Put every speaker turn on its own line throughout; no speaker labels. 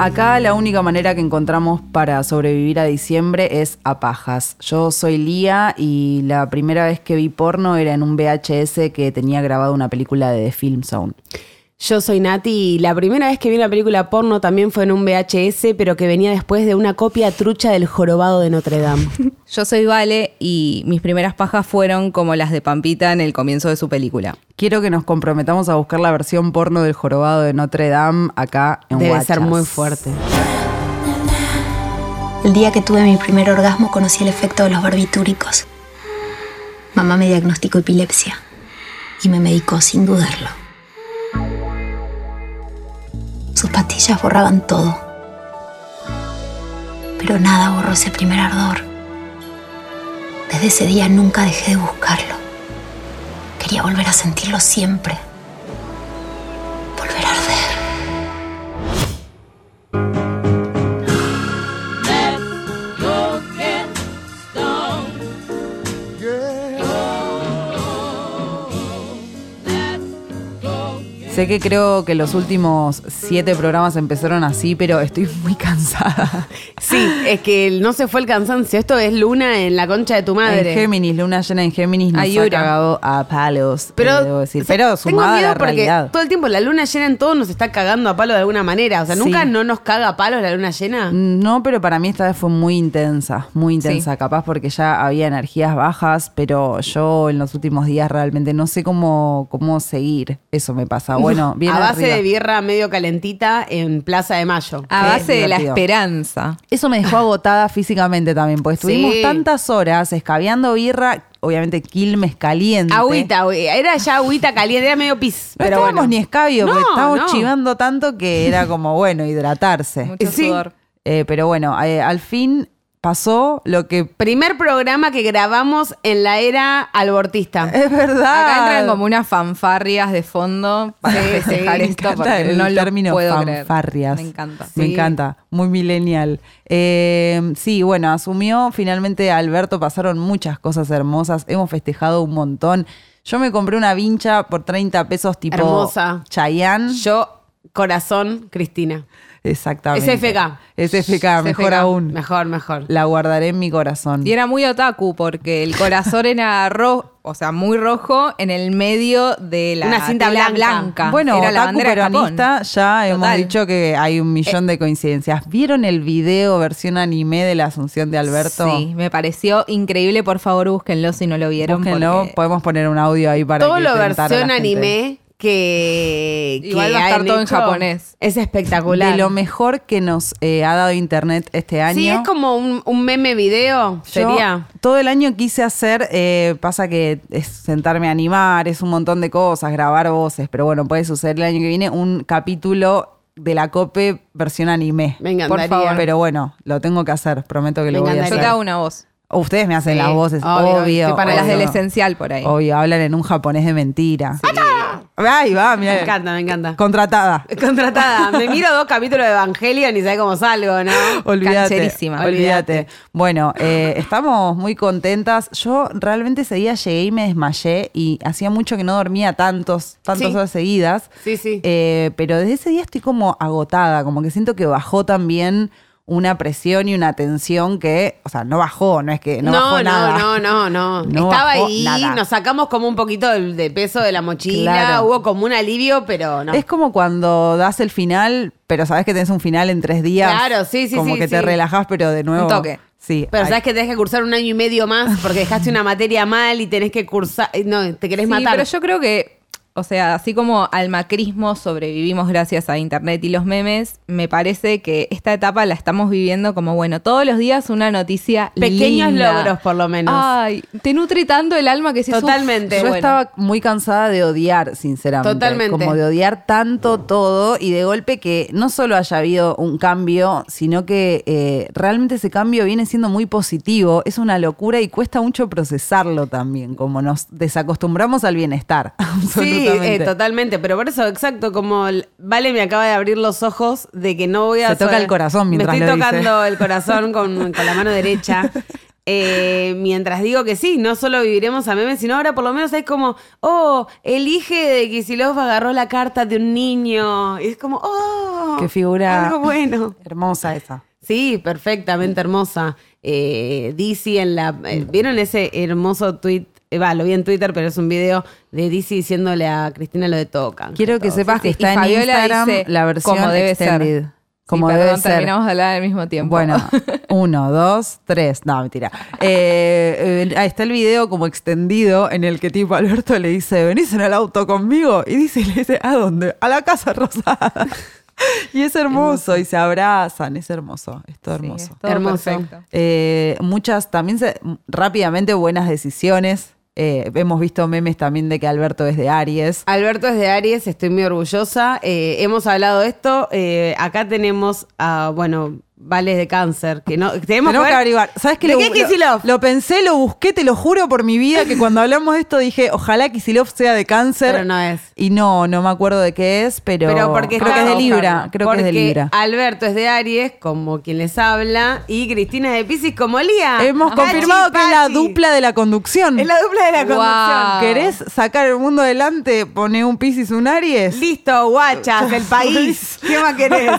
Acá la única manera que encontramos para sobrevivir a diciembre es a pajas. Yo soy Lía y la primera vez que vi porno era en un VHS que tenía grabado una película de The Film Zone.
Yo soy Nati y la primera vez que vi una película porno también fue en un VHS, pero que venía después de una copia trucha del jorobado de Notre Dame.
Yo soy Vale y mis primeras pajas fueron como las de Pampita en el comienzo de su película.
Quiero que nos comprometamos a buscar la versión porno del jorobado de Notre Dame acá en
Debe
Guachas.
ser muy fuerte.
El día que tuve mi primer orgasmo conocí el efecto de los barbitúricos. Mamá me diagnosticó epilepsia y me medicó sin dudarlo. Sus pastillas borraban todo, pero nada borró ese primer ardor. Desde ese día nunca dejé de buscarlo. Quería volver a sentirlo siempre. Volver a arder.
Sé que creo que los últimos siete programas empezaron así, pero estoy muy cansada.
Sí, es que el- no se fue el cansancio. Esto es luna en la concha de tu madre.
En Géminis, luna llena en Géminis nos
Ayura.
ha cagado a palos,
Pero,
eh, debo decir.
o sea,
Pero
tengo
sumada
miedo
a la
porque
realidad.
todo el tiempo la luna llena en todo nos está cagando a palo de alguna manera. O sea, nunca
Sí. Mm,
no nos caga a palo la luna llena.
No, pero para mí esta vez fue muy intensa, muy intensa, capaz porque ya había energías bajas, pero yo en los últimos días realmente no sé cómo, cómo seguir. Eso me pasa. Bueno, bien
a base
arriba. Ah,
de birra medio calentita en Plaza de Mayo.
A
Qué
base de la
divertido.
esperanza.
Eso me dejó agotada físicamente también, porque estuvimos
Sí.
tantas horas escabeando birra, obviamente Quilmes caliente.
Agüita, agü- era ya agüita caliente, era medio pis.
No
pero
estábamos
bueno.
ni escabio,
No,
porque estábamos
no.
chivando tanto que era como, bueno, hidratarse.
Mucho
Sí.
sudor.
Eh, pero bueno, eh, al fin pasó lo que...
Primer programa que grabamos en la era albortista.
Es verdad.
Acá entran como unas fanfarrias de fondo para
Sí,
festejar
sí.
Me
esto
encanta
porque
el
no lo
término
puedo
fanfarrias.
creer. Me encanta.
Me
Sí.
encanta. Muy millennial. Eh, sí, bueno, asumió finalmente Alberto. Pasaron muchas cosas hermosas. Hemos festejado un montón. Yo me compré una vincha por 30 pesos tipo
Hermosa.
Chayanne.
Yo, corazón, Cristina.
Exactamente.
SFK.
SFK, mejor
SFK.
aún.
Mejor, mejor.
La guardaré en mi corazón.
Y era muy otaku porque el corazón era rojo, o sea, muy rojo en el medio de la
Una cinta
tela
blanca.
Bueno,
era la
otaku
bandera de Japón.
peronista, ya hemos
Total. Eh.
dicho que hay un millón de coincidencias. ¿Vieron el video versión anime de la Asunción de Alberto?
Sí, me pareció increíble. Por favor, búsquenlo si no lo vieron.
Búsquenlo,
porque
podemos poner un audio ahí para
todo
que
lo
tentar a la
versión
gente.
anime que, que
Igual va a estar
hayan
todo en
hecho
japonés.
Es espectacular.
De lo mejor que nos eh, ha dado internet este año.
Sí, es como un, un meme video,
Yo
sería.
todo el año quise hacer, eh, pasa que es sentarme a animar, es un montón de cosas, grabar voces, pero bueno, puede suceder el año que viene un capítulo de la COPE versión anime.
Me
Por
encantaría.
favor, pero bueno, lo tengo que hacer, prometo que
Me
lo voy a
encantaría.
hacer.
Yo te hago una voz.
Ustedes me hacen
Sí,
las voces, obvio.
obvio, estoy para
Para las
obvio.
del esencial por ahí.
Obvio, hablan en un japonés de mentira. Ahí va, mira.
Me encanta, me encanta.
Contratada.
Contratada. me miro dos capítulos de Evangelion y sabes cómo salgo, ¿no?
Olvídate.
Cancherísima.
Olvídate. Bueno, eh, estamos muy contentas. Yo realmente ese día llegué y me desmayé y hacía mucho que no dormía tantos, tantas
Sí.
horas seguidas.
Sí, sí.
Eh, pero desde ese día estoy como agotada, como que siento que bajó también una presión y una tensión que, o sea, no bajó, no es que no, bajó
no,
nada.
no, no, no,
No
Estaba
bajó
ahí,
nada.
nos sacamos como un poquito del- de, peso de la mochila,
Claro.
hubo como un alivio, pero no.
Es como cuando das el final, pero sabes que tenés un final en tres días.
Claro, sí, sí,
Como
sí,
que te
sí.
relajás, pero de nuevo.
Un toque.
Sí.
pero
ay,
sabes que tenés que cursar un año y medio más porque dejaste una materia mal y tenés que cursar, eh, no, te querés
Sí,
matar.
pero yo creo que, o sea, así como al macrismo sobrevivimos gracias a internet y los memes, me parece que esta etapa la estamos viviendo como, bueno, todos los días una noticia
Pequeños
linda.
logros, por lo menos.
Ay, te nutre tanto el alma que se
Totalmente.
Yo
bueno.
estaba muy cansada de odiar, sinceramente.
Totalmente.
Como de odiar tanto todo y de golpe que no solo haya habido un cambio, sino que eh, realmente ese cambio viene siendo muy positivo. Es una locura y cuesta mucho procesarlo también, como nos desacostumbramos al bienestar.
Sí,
Absolutamente.
eh, totalmente, pero por eso, exacto, como el- Vale me acaba de abrir los ojos de que no voy a...
Se toca
sobre-
el corazón mientras
Me
lo
estoy
dice.
tocando el corazón con, con la mano derecha. Eh, mientras digo que sí, no solo viviremos a memes, sino ahora por lo menos es como, oh, el elige de Kisilov agarró la carta de un niño. Y es como, oh,
Qué figura
Algo bueno.
hermosa esa.
Sí, perfectamente hermosa. Eh, DC en la. eh, ¿Vieron ese hermoso tweet? Eh, va, lo vi en Twitter, pero es un video de DC diciéndole a Cristina lo de toca.
Quiero que sepas que
Sí, sí.
está
Y
en
Fabiola
Instagram
dice,
la versión
como debe ser.
extended. Como
Sí,
debe
perdón,
ser.
terminamos de hablar al mismo tiempo.
Bueno, uno, dos, tres. No, mentira. Eh, eh, ahí está el video como extendido en el que tipo Alberto le dice, venís en el auto conmigo. Y dice, le dice, ¿a dónde? A la casa rosada. Y es hermoso, y se abrazan, es hermoso, es todo
Sí,
hermoso.
es todo
Hermoso.
perfecto.
Eh, muchas también se- rápidamente buenas decisiones. Eh, hemos visto memes también de que Alberto es de Aries.
Alberto es de Aries, estoy muy orgullosa. Eh, hemos hablado de esto. Eh, acá tenemos a, bueno, Vales de Cáncer. Que no, tenemos
Tenemos que
ver-
averiguar. ¿Sabes qué?
¿De
Lo,
qué
lo,
Kicillof?
lo pensé, lo busqué, te lo juro por mi vida que cuando hablamos de esto dije, ojalá Kisilov sea de cáncer.
Pero no es.
Y no, no me acuerdo de qué es, pero,
Pero porque
creo que
está-
es de Libra. Creo que es de
porque
Libra.
Alberto es de Aries, como quien les habla, y Cristina es de Pisces, como Lía.
Hemos
Pachi,
confirmado que es la
Pachi.
dupla de la conducción.
Es la dupla de la
Wow.
conducción.
¿Querés sacar el mundo adelante, poner un Piscis, un Aries?
Listo, guachas, el país. ¿Qué más querés?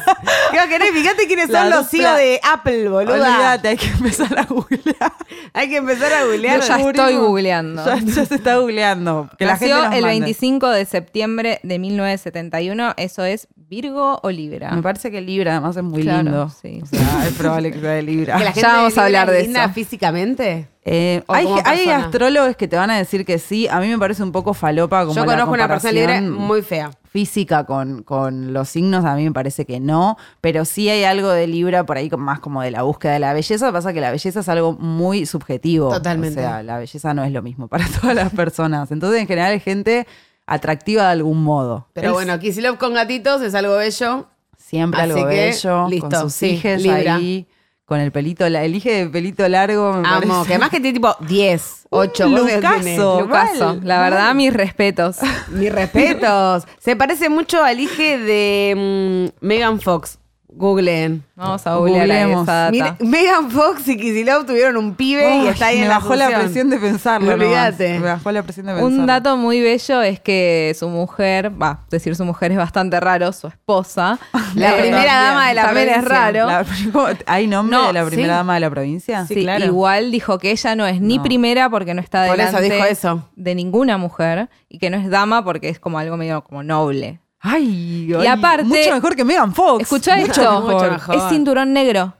¿Qué más querés? Fíjate quiénes
La
son los
dupla-
CEO de Apple, boluda.
Olvídate, hay que empezar a googlear.
Hay que empezar a googlear.
Yo ya
Descubrimos-
estoy googleando.
Ya, ya se está googleando. Que la gente
Nació
nos
el
mande.
25 de septiembre de 1971, eso es Virgo o Libra.
Me parece que Libra además es muy
Claro,
lindo.
sí.
O sea, es probable que sea de Libra.
Que la gente
Ya vamos
de
a hablar
Libra
de
es linda
eso.
físicamente?
Eh,
O
hay,
como
hay
persona.
astrólogos que te van a decir que sí. A mí me parece un poco falopa como
Yo
la
conozco una persona libre
comparación
muy fea.
física con, con los signos, a mí me parece que no, pero sí hay algo de Libra por ahí con- más como de la búsqueda de la belleza, pasa que la belleza es algo muy subjetivo.
Totalmente.
O sea, la belleza no es lo mismo para todas las personas. Entonces, en general, hay gente atractiva de algún modo.
Pero
Es
bueno, Kisilov con gatitos es algo bello.
Siempre
Así
algo
que,
bello, con
listo,
sus
sí,
hijes
Libra.
ahí, con el pelito, la, el hije de pelito largo, me
Amo,
parece.
que además que tiene tipo 10, 8,
lucaso.
Lucaso,
Mal,
la verdad, mis respetos.
Mis respetos. Se parece mucho al hije de mm, Megan Fox. Googleen.
Vamos a googlear ahí
Googleemos.
esa data.
Mira, Megan Fox y Kisilov tuvieron un pibe
Uy,
y está ahí
me
en la
bajó la
función.
presión de pensarlo. nomás.
Olvídate.
Me bajó la presión de pensarlo.
Un dato muy bello es que su mujer, va, decir su mujer es bastante raro, su esposa.
La
eh,
primera dama de la
También es
provincia.
raro.
La- ¿cómo- ¿Hay nombre
No,
de la primera
sí.
dama de la provincia?
Sí, Igual dijo que ella no es ni primera porque no está
Por
delante
eso dijo eso.
de ninguna mujer y que no es dama porque es como algo medio como noble.
Ay,
Y
ay,
aparte-
mucho mejor que Megan Fox.
Escuchá
Mucho
esto,
mejor.
mucho mejor.
es cinturón negro.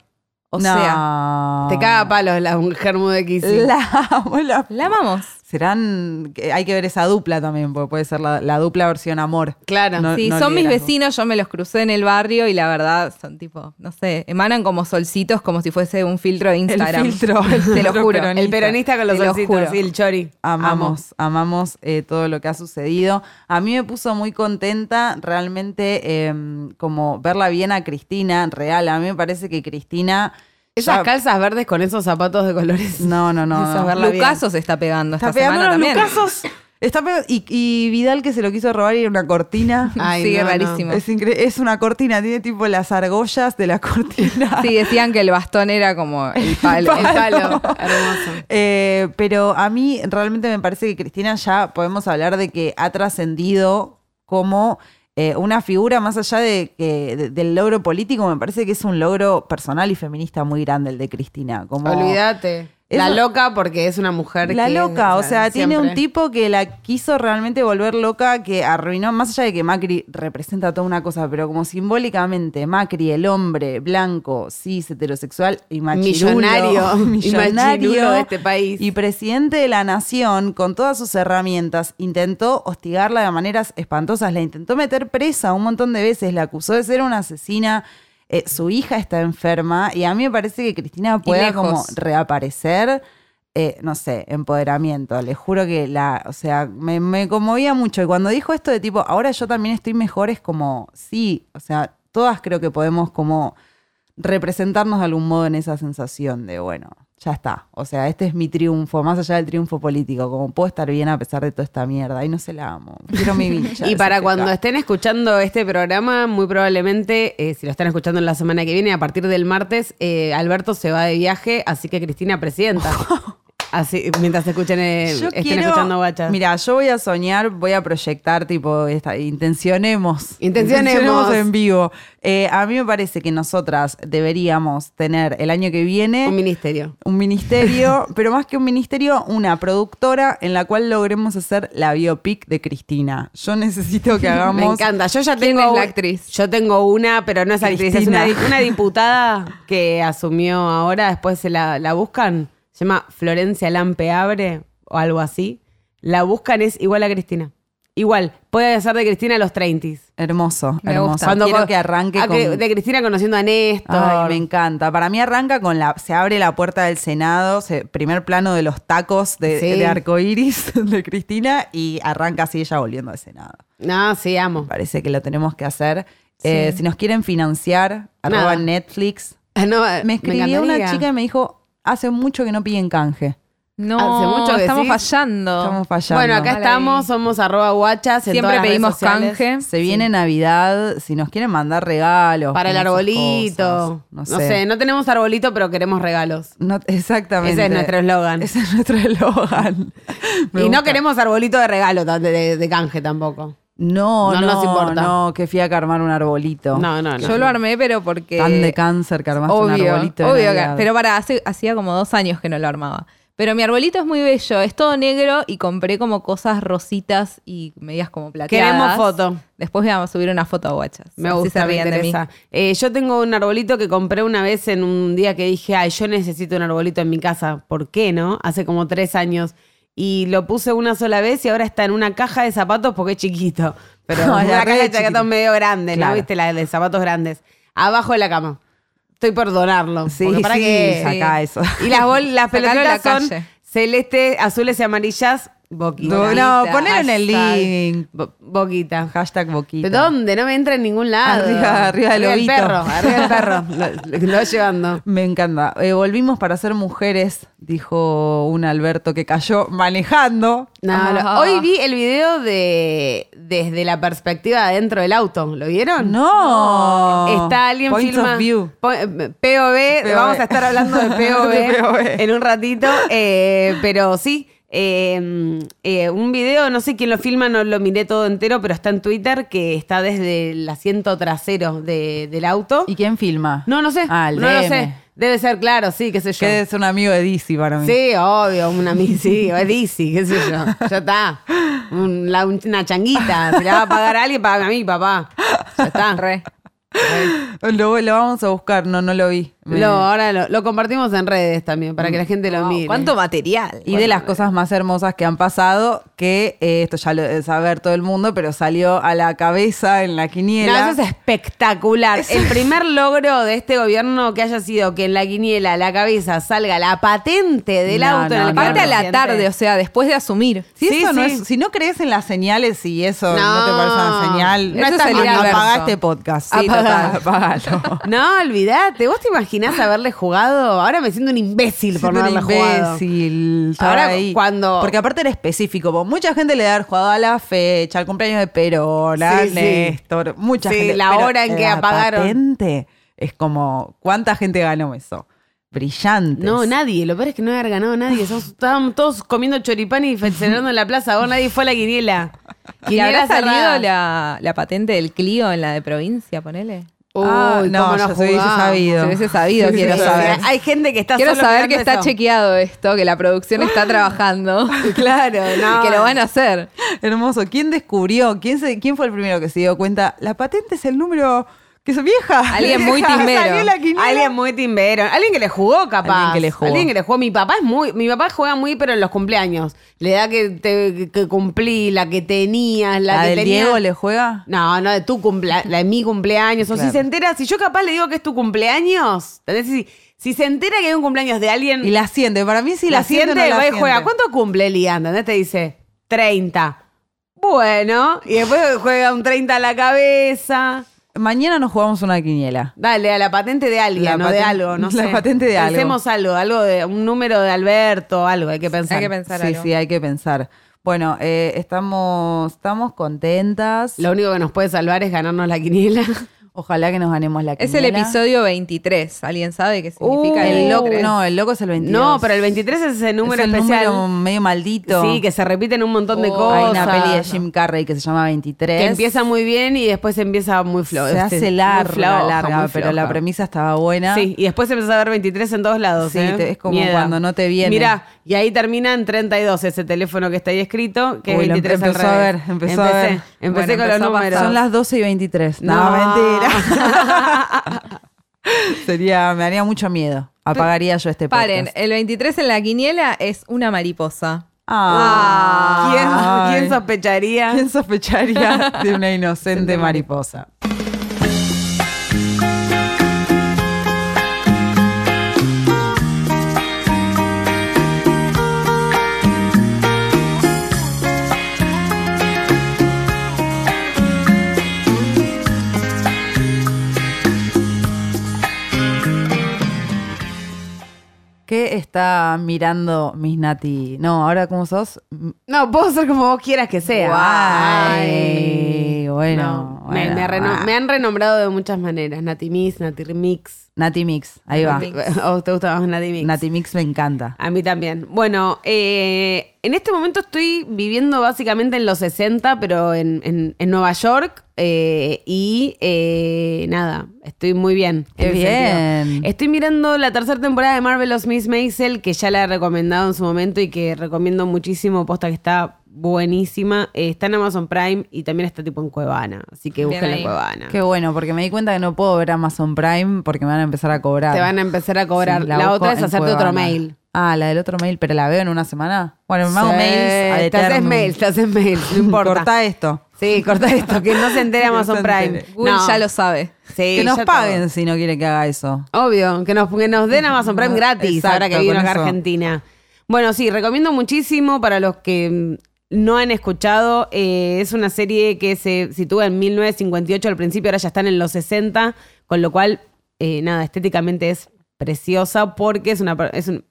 O
No.
sea,
Te caga a palos la germo de Kisilov.
Ah. La abuela.
la amamos.
Serán. que Hay que ver esa dupla también, porque puede ser la, la dupla versión amor.
Claro.
No-
Sí,
no
son mis
liderazgo.
vecinos, yo me los crucé en el barrio y la verdad son tipo, no sé, emanan como solcitos como si fuese un filtro de Instagram.
filtro, el
te lo
filtro
juro.
peronista.
El peronista con los
Te lo
solcitos
juro.
y el chori.
Amamos, amamos eh, todo lo que ha sucedido. A mí me puso muy contenta realmente eh, como verla bien a Cristina, real. A mí me parece que Cristina...
Esas
ya-
calzas verdes con esos zapatos de colores.
No, no, no.
Esas
no.
verla bien.
Lucaso se está pegando
Está
esta
pegando
semana
unos
también.
lucazos. Está pegando- y, y Vidal que se lo quiso robar y era una cortina.
Ay,
Sigue
no, no.
rarísimo.
Es, incre- es una cortina, tiene tipo las argollas de la cortina.
Sí, decían que el bastón era como el
El
palo.
palo. Hermoso.
Eh, pero a mí realmente me parece que Cristina ya podemos hablar de que ha trascendido como eh, una figura más allá de que de- del logro político, me parece que es un logro personal y feminista muy grande el de Cristina. Como
Olvídate.
Es
La
un-
loca porque es una mujer
La
que,
loca, o sea, tiene
siempre-
un tipo que la quiso realmente volver loca, que arruinó, más allá de que Macri representa toda una cosa, pero como simbólicamente, Macri, el hombre blanco, cis, heterosexual y machirulo,
Millonario. Y machirulo
millonario
de este país.
Y presidente de la nación, con todas sus herramientas, intentó hostigarla de maneras espantosas, la intentó meter presa un montón de veces, la acusó de ser una asesina. eh, su hija está enferma y a mí me parece que Cristina pueda
lejos.
como reaparecer, eh, no sé, empoderamiento. Les juro que la, o sea, me, me conmovía mucho. Y cuando dijo esto de tipo, ahora yo también estoy mejor, es como, sí, o sea, todas creo que podemos como representarnos de algún modo en esa sensación de, bueno, ya está. O sea, este es mi triunfo, más allá del triunfo político, como puedo estar bien a pesar de toda esta mierda. Y no se la amo. Quiero mi vincha.
Y para cuando
esté
estén escuchando este programa, muy probablemente, eh, si lo están escuchando en la semana que viene, a partir del martes, eh, Alberto se va de viaje, así que Cristina presidenta. así mientras escuchen, eh,
Yo
estén
quiero-
escuchando guachas.
Mira, yo voy a soñar, voy a proyectar, tipo, esta, intencionemos.
Intencionemos.
en vivo. Eh, a mí me parece que nosotras deberíamos tener el año que viene
Un ministerio.
un ministerio, pero más que un ministerio, una productora en la cual logremos hacer la biopic de Cristina. Yo necesito que hagamos.
Me encanta. Yo ya
¿Quién
tengo.
es la
un-
actriz?
Yo tengo una, pero no es actriz, es
Cristina.
una, di- una diputada que asumió ahora, después se la, la buscan. Se llama Florencia Lampe Abre o algo así. La buscan, es igual a Cristina. Igual, puede ser de Cristina a los 30
Hermoso,
Me
hermoso.
gusta.
Quiero
con-
que arranque
a
con.
que- de Cristina conociendo a Néstor.
Ay, me encanta. Para mí arranca con la. Se abre la puerta del Senado, se- primer plano de los tacos de,
Sí.
de arcoiris de Cristina y arranca así ella volviendo al Senado.
no, sí, amo.
Me parece que lo tenemos que hacer. Eh, si nos quieren financiar, arroba
Nada.
Netflix.
No,
Me escribió
encantaría.
una chica y me dijo: Hace mucho que no piden canje.
No,
Hace mucho que
estamos
sí.
fallando.
Estamos fallando.
Oh. Bueno, acá
Mala
estamos,
ahí.
somos arroba guachas. en todas
Siempre
las redes
pedimos
sociales.
canje.
Se viene Navidad, si nos quieren mandar regalos.
Para el
con esas
arbolito.
cosas,
No sé. no tenemos arbolito, pero queremos regalos.
No- exactamente.
Ese es nuestro eslogan.
Ese es nuestro eslogan. Me
Y no
gusta.
queremos arbolito de regalo, de, de- de canje tampoco.
No, no,
No nos importa.
No, que fiaca armar un arbolito. eh,
No, no, no.
Yo lo armé, pero porque.
Tan de cáncer que armaste un
Obvio,
arbolito. de
obvio.
Navidad.
que- Pero para, hace- hacía como dos años que no lo armaba. Pero mi arbolito es muy bello, es todo negro y compré como cosas rositas y medias como plateadas.
Queremos foto.
Después voy a subir una foto a Guachas.
Me
Así
gusta,
se
me
ríen de mí.
interesa. Eh, yo tengo un arbolito que compré una vez en un día que dije, ay, yo necesito un arbolito en mi casa. ¿Por qué no? Hace como tres años. Y lo puse una sola vez y ahora está en una caja de zapatos porque es chiquito. Pero
Ay,
una
re
caja de
chiquito.
zapatos medio grande,
Claro.
¿no? ¿Viste? La de zapatos grandes. Abajo de la cama. Estoy por donarlo.
Sí,
porque para
sí,
que... eh,
sacá eso.
Y las, bol- las
Sacalo a la
pelotitas son
calle.
celeste, azules y amarillas. Boquita.
No, no, ponelo en el
Hashtag
link.
bo- boquita.
Hashtag boquita.
¿De dónde? No me entra en ningún lado.
Arriba- arriba del lobito.
perro, arriba del perro. Lo, lo- lo va llevando.
Me encanta. Eh, volvimos para ser mujeres, dijo un Alberto que cayó manejando.
No, lo-
Ah.
hoy vi el video de desde la perspectiva de adentro del auto. ¿Lo vieron?
No.
Está alguien
Points
filma
of view.
po- eh, POV,
POV.
vamos a estar hablando de POV,
De POV.
en un ratito, eh, pero sí, eh, eh, un video, no sé quién lo filma, no lo miré todo entero, pero está en Twitter que está desde el asiento trasero de- del auto.
¿Y quién filma?
No, no sé.
Ah, el
no lo
DM.
sé. Debe ser claro, sí, qué sé yo.
Que debe ser un amigo de Dizzy para mí.
Sí, obvio, una mi- sí, o es Dizzy, qué sé yo. Ya está. Un- la- una changuita. Se la va a pagar a alguien, paga a mí, papá. Ya está.
Re.
Lo, lo vamos a buscar, no, no lo vi. Me-
Lo, ahora lo, lo compartimos en redes también, para que la gente lo mire.
¿Cuánto material?
Y de las cosas más hermosas que han pasado, que eh, esto ya lo debe saber todo el mundo, pero salió a la cabeza en la
No,
quiniela.
eso es espectacular. El primer logro de este gobierno que haya sido que en la quiniela, la cabeza, salga la patente del
No,
auto. en
no,
el
no,
Aparte
que
a la
presidente-
tarde, o sea, después de asumir.
si,
sí,
eso no
sí.
es- si no crees en las señales y eso no, te parece una señal,
No
eso
estás
es
mirando.
apaga este podcast. Sí,
Apagá.
total, apagalo.
No, olvídate. ¿Vos te imaginás haberle jugado? Ahora me siento un imbécil por no
Siendo un
haberle jugado.
imbécil. ya
Ahora,
ahí.
cuando-
Porque aparte era específico. porque Mucha gente le da el jugado a la fecha, al cumpleaños de Perón, a
Sí, sí.
Néstor. Mucha
Sí,
gente.
la
Pero
hora en que
la
apagaron.
patente es como, ¿cuánta gente ganó eso? Brillantes.
No, nadie. Lo peor es que no haber ganado nadie. Sos- estábamos todos comiendo choripán y fe- celebrando en la plaza. Vos nadie fue a la quiniela.
¿Y habrá
cerrada.
salido la, la patente del Clio en la de provincia, ponele?
Uy,
Ah,
cómo
no,
nos
yo se hubiese
jugamos.
sabido.
Se hubiese sabido,
Se
quiero
hubiese
Eh,
saber.
Hay gente que está
Quiero
solo
saber que
mirando
está
eso.
chequeado esto, que la producción está trabajando.
Claro, no.
Y que lo van a hacer.
Hermoso. ¿Quién descubrió? ¿Quién, se- ¿Quién fue el primero que se dio cuenta? La patente es el número que es vieja.
Alguien muy
Vieja.
timbero.
Salió la quiniela.
Alguien muy timbero. Alguien que le jugó, capaz.
Alguien que le jugó.
Alguien que le jugó. Mi papá es muy. Mi papá juega muy, pero en los cumpleaños. La edad que, te- que cumplí, la que tenías, la,
¿La
que
del
tenías.
Diego le juega?
No, no, de tu cumpleaños, la de mi cumpleaños. O
Claro.
si se entera, si yo capaz le digo que es tu cumpleaños, ¿entendés? Si, si se entera que hay un cumpleaños de alguien,
Y la siente. Para mí, si
la
la, siente,
siente,
no la
va y
siente.
juega. ¿Cuánto cumple Lía? ¿Entendés? Te dice 30. Bueno, y después juega un 30 a la cabeza.
Mañana nos jugamos una quiniela.
Dale, a la patente de alguien,
La
no de
paten-
algo, no
la
sé.
patente de algo.
Pensemos algo, algo de un número de Alberto, algo, hay que pensar.
Hay que pensar
sí,
algo.
sí, hay que pensar. Bueno, eh, estamos, estamos contentas.
Lo único que nos puede salvar es ganarnos la quiniela.
Ojalá que nos ganemos la
Es el
quiniela.
episodio 23. ¿Alguien sabe qué
Uh,
significa
El loco,
23?
no, el loco es el 22.
No, pero el 23 es ese número
es el
especial.
número medio maldito.
Sí, que se repiten un montón de
Oh,
cosas.
Hay una peli de Jim Carrey que se llama 23.
Que empieza muy bien y después empieza muy flojo.
Se hace larga, larga, pero la premisa estaba buena.
Sí, y después empezás a ver 23 en todos lados.
Sí,
¿eh?
te- es como
Miedo.
cuando no te viene.
Mirá, y ahí termina en 32 ese teléfono que está ahí escrito, que
Uy,
es
lo
23 al
empezó a
revés.
ver, empezó a
empecé,
ver.
Empecé
Bueno,
con
empezó a
los números.
Son las 12 y 23. No,
No.
mentira. Sería, me haría mucho miedo. Apagaría yo este podcast.
Paren, el 23 en la quiniela es una mariposa.
¿Quién,
Ah.
quién sospecharía?
¿Quién sospecharía de una inocente mariposa? ¿Qué está mirando Miss Nati? No, ahora cómo sos,
No, puedo ser como vos quieras que sea.
Guay. Bueno,
No,
bueno,
me, me reno-
ah.
me han renombrado de muchas maneras. Natimis, Natirmix.
Nati Mix, ahí va.
Nati
¿O te gusta más Nati Mix?
Nati Mix me encanta.
A mí también. Bueno, eh, en este momento estoy viviendo básicamente en los 60, pero en, en- en Nueva York. eh, y eh, nada, estoy muy bien. en
Qué
ese
bien.
sentido. Estoy mirando la tercera temporada de Marvelous Miss Maisel, que ya la he recomendado en su momento y que recomiendo muchísimo, posta que está buenísima. Eh, está en Amazon Prime y también está tipo en Cuevana. Así que
Bien
busquen la
ahí.
Cuevana.
Qué bueno, porque me di cuenta que no puedo ver Amazon Prime porque me van a empezar a cobrar.
Te van a empezar a cobrar.
Sí,
la
busco
otra es
en
hacerte
Cuevana.
otro mail.
Ah, la del otro mail, pero la veo en una semana. Bueno, me hago
Sí,
mails. ad
Te haces
eternum.
mail, te haces mail, no importa.
Corta esto.
Sí, corta esto, que no se entere Amazon
se
Prime.
entere.
Google
No.
ya lo sabe.
Sí,
que nos
ya
paguen si no quieren que haga eso.
todo. Obvio, que nos, que nos den Amazon Prime gratis
Exacto,
ahora que
con
vino acá a
eso.
Argentina. Bueno, sí, recomiendo muchísimo para los que mm, no han escuchado. eh, es una serie que se sitúa en 1958 al principio, ahora ya están en los 60, con lo cual, eh, nada, estéticamente es preciosa porque es una... per- Es un,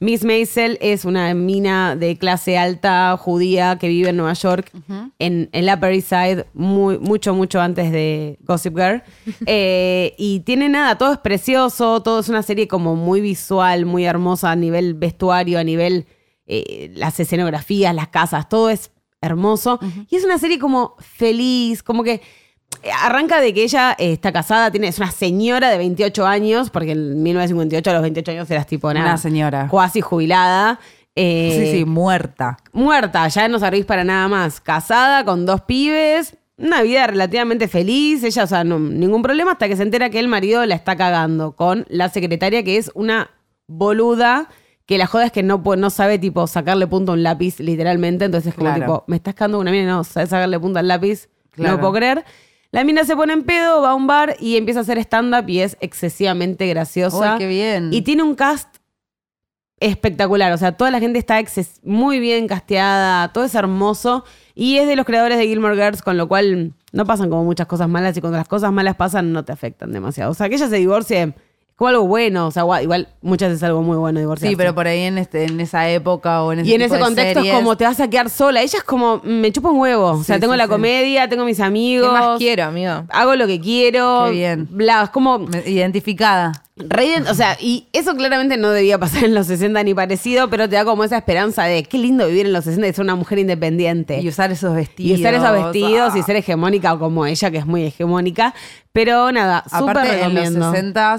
Miss Maisel es una mina de clase alta judía que vive en Nueva York, en el Upper East Side, muy, mucho, mucho antes de Gossip Girl. Eh, y tiene nada, todo es precioso, todo es una serie como muy visual, muy hermosa a nivel vestuario, a nivel eh, las escenografías, las casas, todo es hermoso. Y es una serie como feliz, como que eh, Arranca de que ella eh, está casada, tiene, es una señora de 28 años, porque en 1958 a los 28 años eras tipo nada.
Una señora.
Cuasi jubilada. eh,
sí, sí, muerta.
Muerta, ya no servís para nada más. Casada con dos pibes, una vida relativamente feliz, ella, o sea, no- ningún problema hasta que se entera que el marido la está cagando con la secretaria que es una boluda. Que la joda es que no, pu- no sabe, tipo, sacarle punto a un lápiz, literalmente. Entonces, como,
Claro.
tipo, me estás cagando con una mina y no sabes sacarle punto al lápiz.
Claro.
No puedo creer. La mina se pone en pedo, va a un bar y empieza a hacer stand-up y es excesivamente graciosa.
Uy, qué bien.
Y tiene un cast espectacular. O sea, toda la gente está exces- muy bien casteada, todo es hermoso. Y es de los creadores de Gilmore Girls, con lo cual no pasan como muchas cosas malas y cuando las cosas malas pasan no te afectan demasiado. O sea, que ella se divorcie es como algo bueno. O sea, gua- igual muchas veces es algo muy bueno divorciarse.
Sí, pero por ahí en, este, en esa época o en ese
Y en
tipo
ese
de
contexto
series,
es como te vas a quedar sola. Ella es como, mm, me chupa un huevo. o sea,
Sí,
tengo
sí,
la
sí.
comedia, tengo mis
¿Qué
amigos.
más quiero, amigo?
Hago lo que quiero.
Qué bien.
Bla, es como,
me- Identificada.
Raiden, o sea, y eso claramente no debía pasar en los 60 ni parecido, pero te da como esa esperanza de qué lindo vivir en los 60 y ser una mujer independiente.
Y
Y,
usar esos vestidos.
usar esos vestidos
Ah.
y ser hegemónica como ella, que es muy hegemónica. Pero nada, súper
Aparte, en los
recomiendo.
60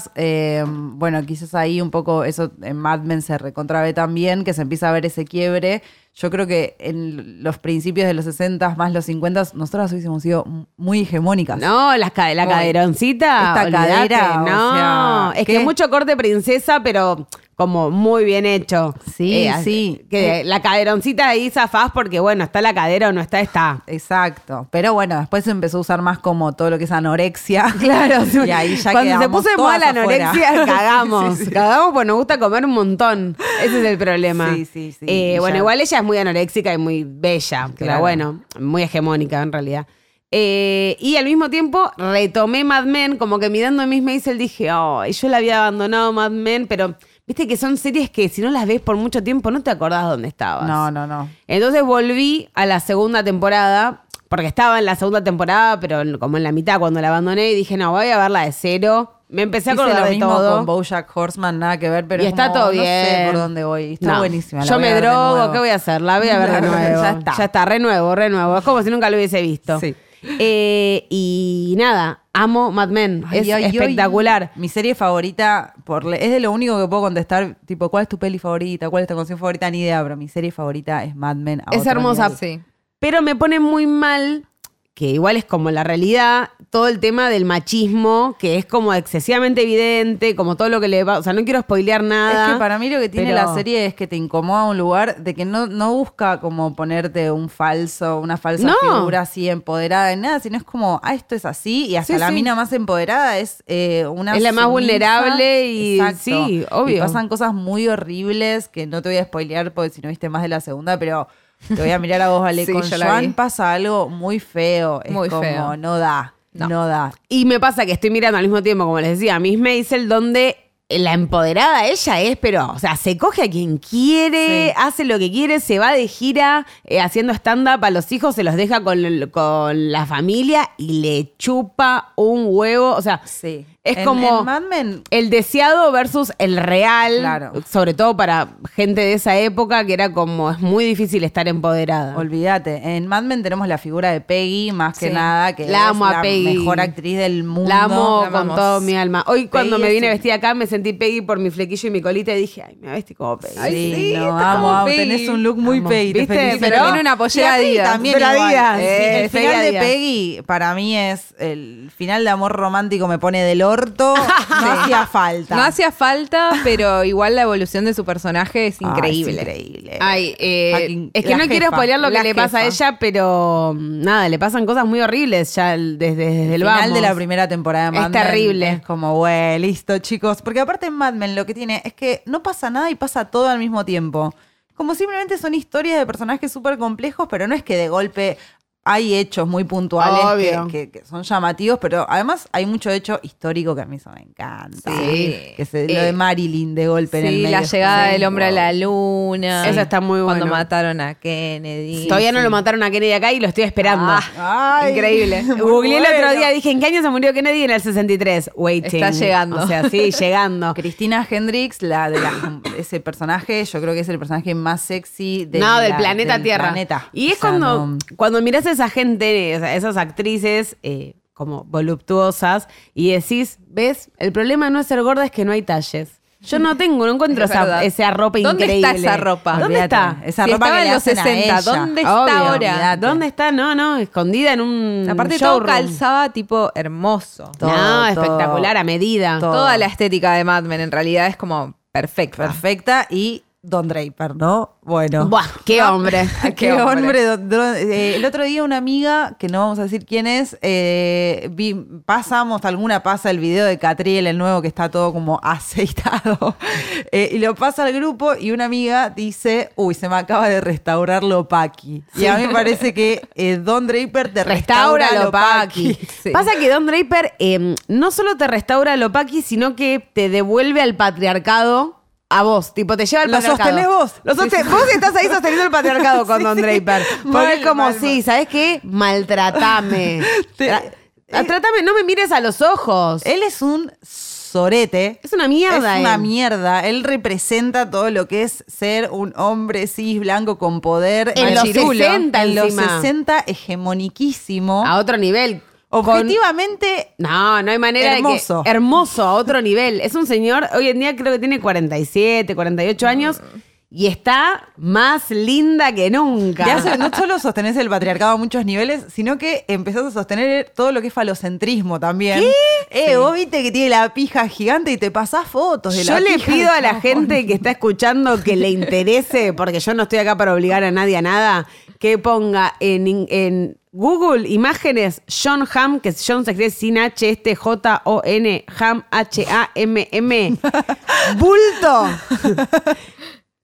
bueno, quizás ahí un poco eso en Mad Men se recontra ve también, que se empieza a ver ese quiebre. Yo creo que en los principios de los 60 más los 50 nosotras hubiésemos sido muy hegemónicas.
No, las cade- la
Muy.
caderoncita.
Esta
olvidate,
cadera, o
No,
sea,
es
¿qué?
que mucho corte princesa, pero como muy bien hecho. Eh,
Sí, sí. Eh.
Que la caderoncita ahí zafás porque, bueno, está la cadera o no está, está.
Exacto. Pero bueno, después se empezó a usar más como todo lo que es anorexia.
Claro,
Y ahí ya
cuando se
quedamos
puso de
todas
moda la
afuera.
anorexia, cagamos.
Sí, sí, sí.
Cagamos porque nos gusta comer un montón. Ese es el problema.
Sí, sí, sí.
Eh,
Y
bueno,
ya-
igual ella es muy anoréxica y muy bella,
Claro.
pero bueno, muy hegemónica en realidad. Eh, y al mismo tiempo retomé Mad Men, como que mirando a Miss Maisel dije, oh, yo la había abandonado Mad Men, pero viste que son series que si no las ves por mucho tiempo no te acordás dónde estabas.
No, no, no.
Entonces volví a la segunda temporada Porque estaba en la segunda temporada, pero en- como en la mitad cuando la abandoné y dije, no, voy a verla de cero. Me empecé a
Hice
acordar
lo
de
mismo
todo.
con BoJack Horseman, nada que ver, pero
y
es
está
como,
todo
no
bien.
sé por dónde voy. Está
No.
buenísima. la
Yo
voy a
me
ver de
drogo,
nuevo.
¿qué voy a hacer? La voy a ver de nuevo.
ya está.
Ya está, renuevo, renuevo. Es como si nunca lo hubiese visto.
Sí.
Eh, y nada, amo Mad Men.
Ay,
es
ay, ay.
espectacular.
Mi serie favorita, por le- es de lo único que puedo contestar, tipo, ¿cuál es tu peli favorita? ¿Cuál es tu canción favorita? Ni idea, pero mi serie favorita es Mad Men. a
Es
otro
hermosa.
nivel.
Sí.
Pero me pone muy mal, que igual es como la realidad, todo el tema del machismo, que es como excesivamente evidente, como todo lo que le va. O sea, no quiero spoilear nada.
Es que para mí lo que tiene
pero-
la serie es que te incomoda un lugar de que no, no busca como ponerte un falso, una falsa
No.
figura así empoderada en nada, sino es como, ah, esto es así, y hasta
Sí,
la
sí.
mina más empoderada es eh, una.
Es la más vulnerable y- sí, obvio.
Y pasan cosas muy horribles que no te voy a spoilear porque si no viste más de la segunda, pero te voy a mirar a vos, Ale.
Sí,
Con
yo la vi.
Joan pasa algo muy feo. Es
Muy
como,
feo.
no da, no, da.
Y me pasa que estoy mirando al mismo tiempo, como les decía, a Miss Maisel, donde la empoderada ella es, pero, o sea, se coge a quien quiere, hace lo que quiere, se va de gira eh, haciendo stand-up a los hijos, se los deja con, el- con la familia y le chupa un huevo. O sea,
Sí.
es
En-
como
en Mad Men
el deseado versus el real,
Claro.
sobre todo para gente de esa época que era como, es muy difícil estar empoderada.
Ah. Olvídate, en Mad Men tenemos la figura de Peggy, más que
Sí.
nada, que
La
es
amo a
la
Peggy.
mejor actriz del mundo.
La amo
la
con
amamos.
todo mi alma. Hoy cuando
Peggy
me
es
vine
un-
vestida acá me sentí Peggy por mi flequillo y mi colita y dije, ay, me vestí como Peggy.
Sí,
Ay, sí,
no,
está
amo,
como
amo,
Peggy.
tenés un look muy
Amo.
Peggy. te
¿Viste?
felicito.
Pero tiene
una
Y
pollera
a Peggy
Adidas.
También
Pero
igual.
Adidas,
Eh,
sí,
el
es Peggy
final de
Adidas.
Peggy para mí es el final de amor romántico me pone del orto. No hacía falta.
No hacía falta, pero igual la evolución de su personaje es
Ah, es
increíble.
increíble.
Ay, eh,
Fucking-
es que
la
no quiero
jefa,
spoilear lo que
la
le pasa a
jefa.
ella, pero mm, nada, le pasan cosas muy horribles ya el- desde, desde el
final
vamos.
de la primera temporada de
Es
Mad Men
terrible.
Es como, güey, listo, chicos. Porque aparte en Mad Men lo que tiene es que no pasa nada y pasa todo al mismo tiempo. Como simplemente son historias de personajes súper complejos, pero no es que de golpe hay hechos muy puntuales
Obvio.
que, que- que son llamativos, pero además hay mucho hecho histórico que a mí eso me encanta.
Sí.
Que se- lo de
Eh,
Marilyn de golpe en el
Sí,
medio.
la
es
llegada
como,
del hombre a la
wow.
luna.
Eso está muy
Cuando
bueno.
mataron a Kennedy.
Todavía no lo mataron a Kennedy acá y lo estoy esperando.
Ay,
Increíble.
Ah, muy
Googleé el otro
bueno.
día, dije, ¿en qué año se murió Kennedy? En el 63. Waiting.
Está llegando.
O sea, sí, llegando.
Cristina Hendricks, la de la- ese personaje, yo creo que es el personaje más sexy de
no,
la-
del planeta
del
Tierra.
planeta.
Y
O
es
sea,
cuando,
no-
cuando miras a esa gente, o sea, esas actrices eh, como voluptuosas, y decís, ves, el problema no es ser gorda, es que no hay talles. Yo no tengo, no encuentro
Es
esa,
verdad.
esa ropa
¿Dónde
increíble.
está esa ropa?
¿Dónde
Olvídate.
está?
Esa
Si
ropa
estaba
que
en
le
los
hacen a
60,
ella.
¿dónde está
Obvio.
ahora?
Olvídate.
¿Dónde está? No, no, escondida en un
Aparte todo
showroom.
calzaba tipo hermoso.
Todo,
no,
todo.
espectacular, a medida.
Todo.
Toda la estética de Mad Men en realidad es como perfecta.
Perfecta y Don Draper, ¿no? Bueno.
Buah, qué hombre.
Qué, hombre. Don- Don- eh, el otro día una amiga, que no vamos a decir quién es, eh, vi- pasamos, alguna pasa el video de Catriel, el nuevo, que está todo como aceitado, eh, y lo pasa al grupo y una amiga dice, uy, se me acaba de restaurar lo Paqui. Y a mí me parece que eh, Don Draper te restaura,
Restaura
lo Paqui.
Lopaki.
Sí.
Pasa que Don Draper eh, no solo te restaura Lopaki, sino que te devuelve al patriarcado a vos. Tipo, te lleva al
Lo
patriarcado.
sostenés vos.
Lo soste-
Sí, sí.
Vos estás ahí sosteniendo el patriarcado con
Sí,
Don
sí.
Draper. Porque
Mal,
es como,
mal,
sí,
mal.
¿sabes qué? Maltratame.
Te-
Tra- Trátame, no me mires a los ojos.
Él es un sorete.
Es una mierda,
Es una
él.
mierda. Él representa todo lo que es ser un hombre cis, blanco, con poder.
En los
machirulo.
60
En los
encima.
60, hegemoniquísimo.
A otro nivel. Con-
Objetivamente,
No, no hay manera
Hermoso.
de que... Hermoso, a otro nivel. Es un señor, hoy en día creo que tiene 47, 48 años y está más linda que nunca.
te hace- no solo sostenés el patriarcado a muchos niveles, sino que empezás a sostener todo lo que es falocentrismo también. Eh, vos viste que tiene la pija gigante y te pasás fotos de la
Yo le
pija
pido
del
a la
chabón.
gente que está escuchando que le interese, porque yo no estoy acá para obligar a nadie a nada, que ponga en, in- en Google imágenes John Ham, que es John se escribe sin H, este J-O-N, Ham, H-A-M-M, bulto.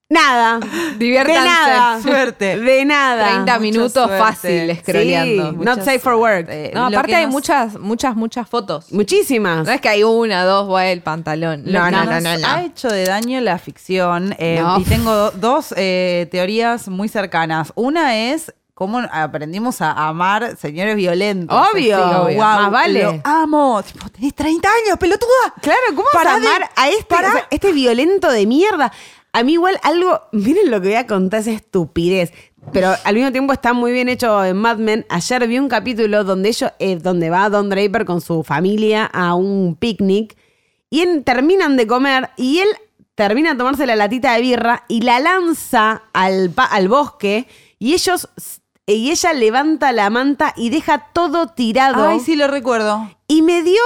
Nada.
Diviértanse.
De nada.
Suerte.
De nada.
30
mucha
minutos
suerte.
fácil scrolleando.
Sí,
No,
not safe for work.
suerte.
no,
eh, lo que
aparte hay
nos-
muchas, muchas, muchas fotos.
Muchísimas.
No es que hay una, dos, va el pantalón.
Lo
No,
que
no, no,
nos
no.
Ha
no.
hecho de daño la ficción eh,
No.
y tengo do- dos eh, teorías muy cercanas. Una es cómo aprendimos a amar señores violentos.
Obvio,
Así,
obvio. Más vale.
Lo amo. Tipo, tenés 30 años, pelotuda.
Claro, ¿cómo vas
Pará
a
de-
amar a este,
pará.
o sea, este violento de mierda? A mí igual algo, miren lo que voy a contar, es estupidez. Pero al mismo tiempo está muy bien hecho en Mad Men. Ayer vi un capítulo donde ellos, eh, donde va Don Draper con su familia a un picnic y en- terminan de comer y él termina de tomarse la latita de birra y la lanza al, pa- al bosque y ellos y ella levanta la manta y deja todo tirado
Ay, sí, lo recuerdo.
y me dio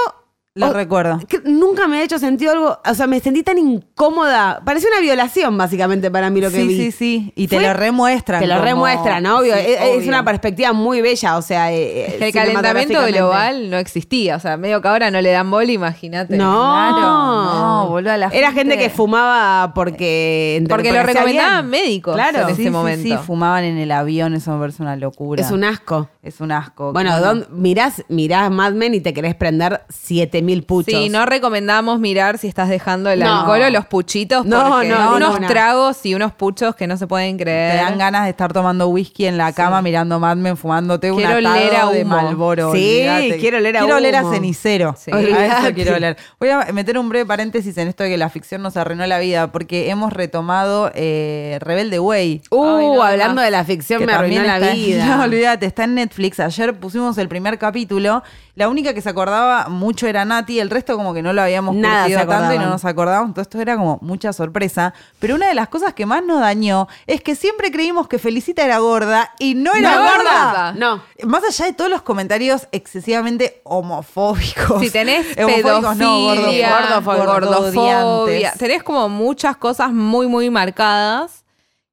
Lo
o-
recuerdo.
que nunca me ha hecho sentido algo, o sea, me sentí tan incómoda. Parecía una violación, básicamente, para mí lo que
sí,
vi.
sí, sí. Y te
Fue-
lo remuestran.
Te lo
como-
remuestran, obvio. e-,
Sí,
es, es
obvio.
una perspectiva muy bella, o sea. eh,
Es
eh,
que el calentamiento
cinematográficamente.
global no existía. O sea, medio que ahora no le dan bola, imagínate.
No,
Claro, no, boludo, la
Era gente
gente-
que fumaba porque.
Porque lo
hacía
recomendaban
bien.
médicos
Claro.
en
Sí,
ese
sí,
momento.
Sí, fumaban en el avión, eso me parece una locura.
Es un asco.
Es un asco.
Bueno,
Claro.
don- mirás, mirás Mad Men y te querés prender 7000 puchos.
Sí, no recomendamos mirar si estás dejando el
No.
alcohol o los puchitos.
No,
porque
no,
unos
ninguna.
tragos y unos puchos que no se pueden
Te
creer.
dan ganas de estar tomando whisky en la cama, mirando Mad Men, fumándote un
Quiero
atado
oler a
de
humo.
Malboro.
Sí, quiero oler a
Quiero oler a
humo.
cenicero.
Sí.
A eso
Olvídate.
quiero oler. Voy a meter un breve paréntesis en esto de que la ficción nos arruinó la vida, porque hemos retomado eh, Rebelde Way.
Uh,
Ay, no,
hablando
no.
de la ficción,
que
me arruinó
también
la
está en-
vida.
No, olvídate, está en Netflix. Ayer pusimos el primer capítulo. La única que se acordaba mucho era Nati, el resto como que no lo habíamos
Nada
curtido
se
tanto y no
acordaban.
nos acordábamos. Entonces esto era como mucha sorpresa. Pero una de las cosas que más nos dañó es que siempre creímos que Felicita era gorda y no era
No,
gorda.
gorda. No.
Más allá de todos los comentarios excesivamente homofóbicos.
Si tenés
Homofóbicos, no, gordo-
pedofilia,
gordo-
gordofobia,
gordoodiantes.
tenés como muchas cosas muy, muy marcadas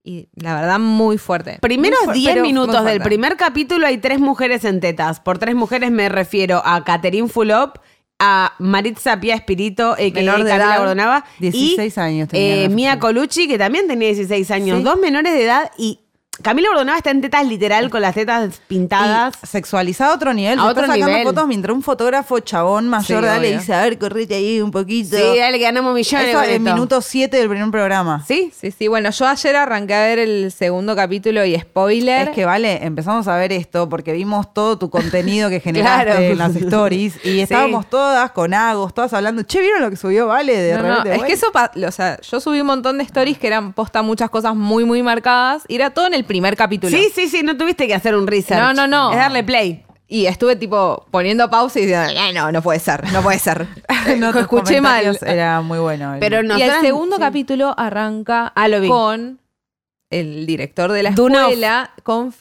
y la verdad muy fuerte.
Primeros
Muy fu-
10
pero muy
minutos del
fuerte.
primer capítulo hay tres mujeres en tetas. Por tres mujeres me refiero a Catherine Fulop, a Maritza Pia Espirito, a.k.a.
Menor de
Camila
edad,
Gordonava,
16
y,
años tenía
eh,
la
Mia
fecha.
Colucci, que también tenía 16 años. Dos menores de edad y Camila Gordonava está en tetas literal, con las tetas pintadas.
Y sexualizado a otro nivel.
A
se
otro
está sacando
nivel.
fotos mientras un fotógrafo chabón mayor
Sí,
da, le
obvio.
dice, a ver, correte ahí un poquito.
Sí, dale, que ganamos millones.
Eso
con
en
esto.
minuto 7 del primer programa.
¿Sí?
Sí, sí, bueno, yo ayer arranqué a ver el segundo capítulo y spoiler.
Es que vale, empezamos a ver esto porque vimos todo tu contenido que generaste
Claro.
en las stories y estábamos todas con Agos, todas hablando, che, ¿vieron lo que subió Vale de
No, no,
repente?
es que eso, pa- o sea, yo subí un montón de stories que eran posta muchas cosas muy, muy marcadas y era todo en el primer capítulo.
Sí, sí, sí, no tuviste que hacer un research.
No, no, no.
Es darle play.
Y estuve tipo poniendo pausa y diciendo, "Ah, no, no puede ser, no puede ser.
No, tus
escuché mal.
comentarios Era muy bueno. el-
Pero no.
y el segundo capítulo arranca
Ah, lo vi.
con el director de la
Dunov.
escuela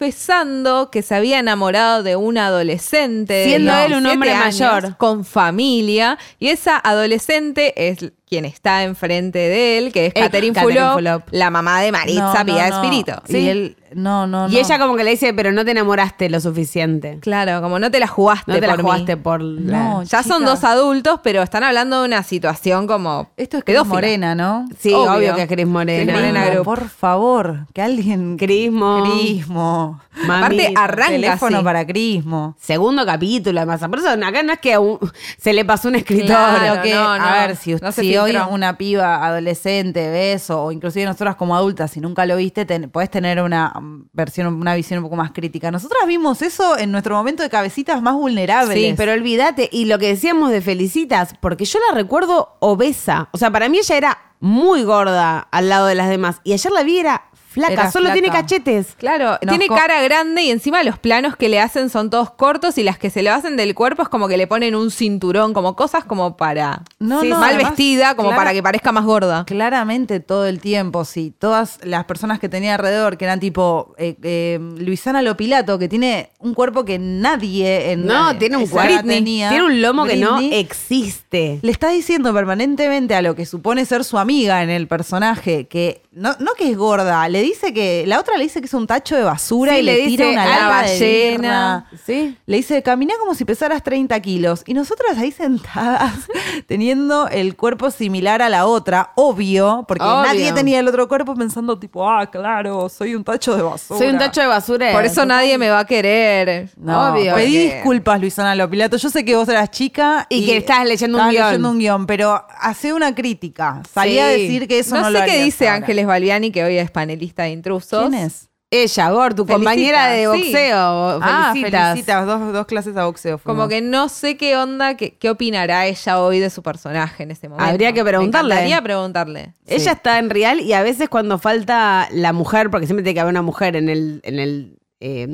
confesando que se había enamorado de una adolescente. de
Siendo él un
17
hombre
años,
mayor.
Con familia. Y esa adolescente es quien está enfrente de él, que es
Eh,
Catherine
Catherine
Fulop,
Fulop.
la mamá de
No,
Maritza
no,
Pia
no.
Espirito.
Y
Sí.
él, no, no,
Y
no.
ella como que le dice, pero no te enamoraste lo suficiente.
Claro, como no te la jugaste
No te la
por mí.
jugaste por la...
No,
Ya son
Chica.
dos adultos, pero están hablando de una situación como
Esto es que
pedófila.
Morena, ¿no?
Sí, obvio,
Obvio
que es Cris Morena.
Cris Morena.
Crismo,
Group.
por favor, que alguien...
Crismo.
Crismo.
Mami,
Aparte, arranca
Teléfono
así.
para Crismo.
Segundo capítulo, además. Por eso acá no es que a un- se le pasó un escritor.
Claro,
Claro que,
no,
a
no,
ver, si,
no se
si hoy
filtró.
una piba adolescente ve eso, o inclusive nosotras como adultas, si nunca lo viste, ten- podés tener una mm, versión, una visión un poco más crítica. Nosotras vimos eso en nuestro momento de cabecitas más vulnerables.
Sí, pero olvídate. Y lo que decíamos de Felicitas, porque yo la recuerdo obesa. O sea, para mí ella era muy gorda al lado de las demás. Y ayer la vi era flaca,
Era
solo
flaca.
tiene cachetes.
Claro,
Nos
tiene
co-
cara grande y encima los planos que le hacen son todos cortos y las que se le hacen del cuerpo es como que le ponen un cinturón, como cosas como para
No,
Sí,
no,
mal
además,
vestida, como
clara-
para que parezca más gorda.
Claramente todo el tiempo, sí. Todas las personas que tenía alrededor, que eran tipo eh, eh, Luisana Lopilato, que tiene un cuerpo que nadie en
No, tiene un
esa
cuerpo.
edad tenía.
Tiene un lomo que no
Britney.
existe.
Le está diciendo permanentemente a lo que supone ser su amiga en el personaje, que no, no que es gorda, le dice que, la otra le dice que es un tacho de basura
Sí,
y le,
le
tira
dice,
una
"Ah,
lata de
ballena".
birra.
Sí.
Le dice, caminá como si pesaras 30 kilos. Y nosotras ahí sentadas, teniendo el cuerpo similar a la otra, obvio, porque
Obvio.
nadie tenía el otro cuerpo pensando tipo, ah, claro, soy un tacho de basura.
Soy un tacho de basura.
Por eso nadie me va a querer.
Eh, No,
Obvio.
Pedí
Porque-
disculpas, Luisana Lopilato. Yo sé que vos eras chica
Y que estabas leyendo un
estabas
guión.
leyendo un guión, pero hace una crítica. Salí
Sí.
a decir que eso no,
no
lo
sé qué
harías
dice
ahora.
Ángeles Balbiani, que hoy es panelista de intrusos.
¿Quién es?
Ella, Gor, tu
Felicita,
compañera de
sí.
boxeo.
Ah,
felicitas.
felicitas, dos, dos clases a boxeo. fuimos.
Como que no sé qué onda, qué, qué opinará ella hoy de su personaje en este momento.
Habría que preguntarle.
Me encantaría preguntarle.
Ella está en real y a veces cuando falta la mujer, porque siempre tiene que haber una mujer en el, en el eh,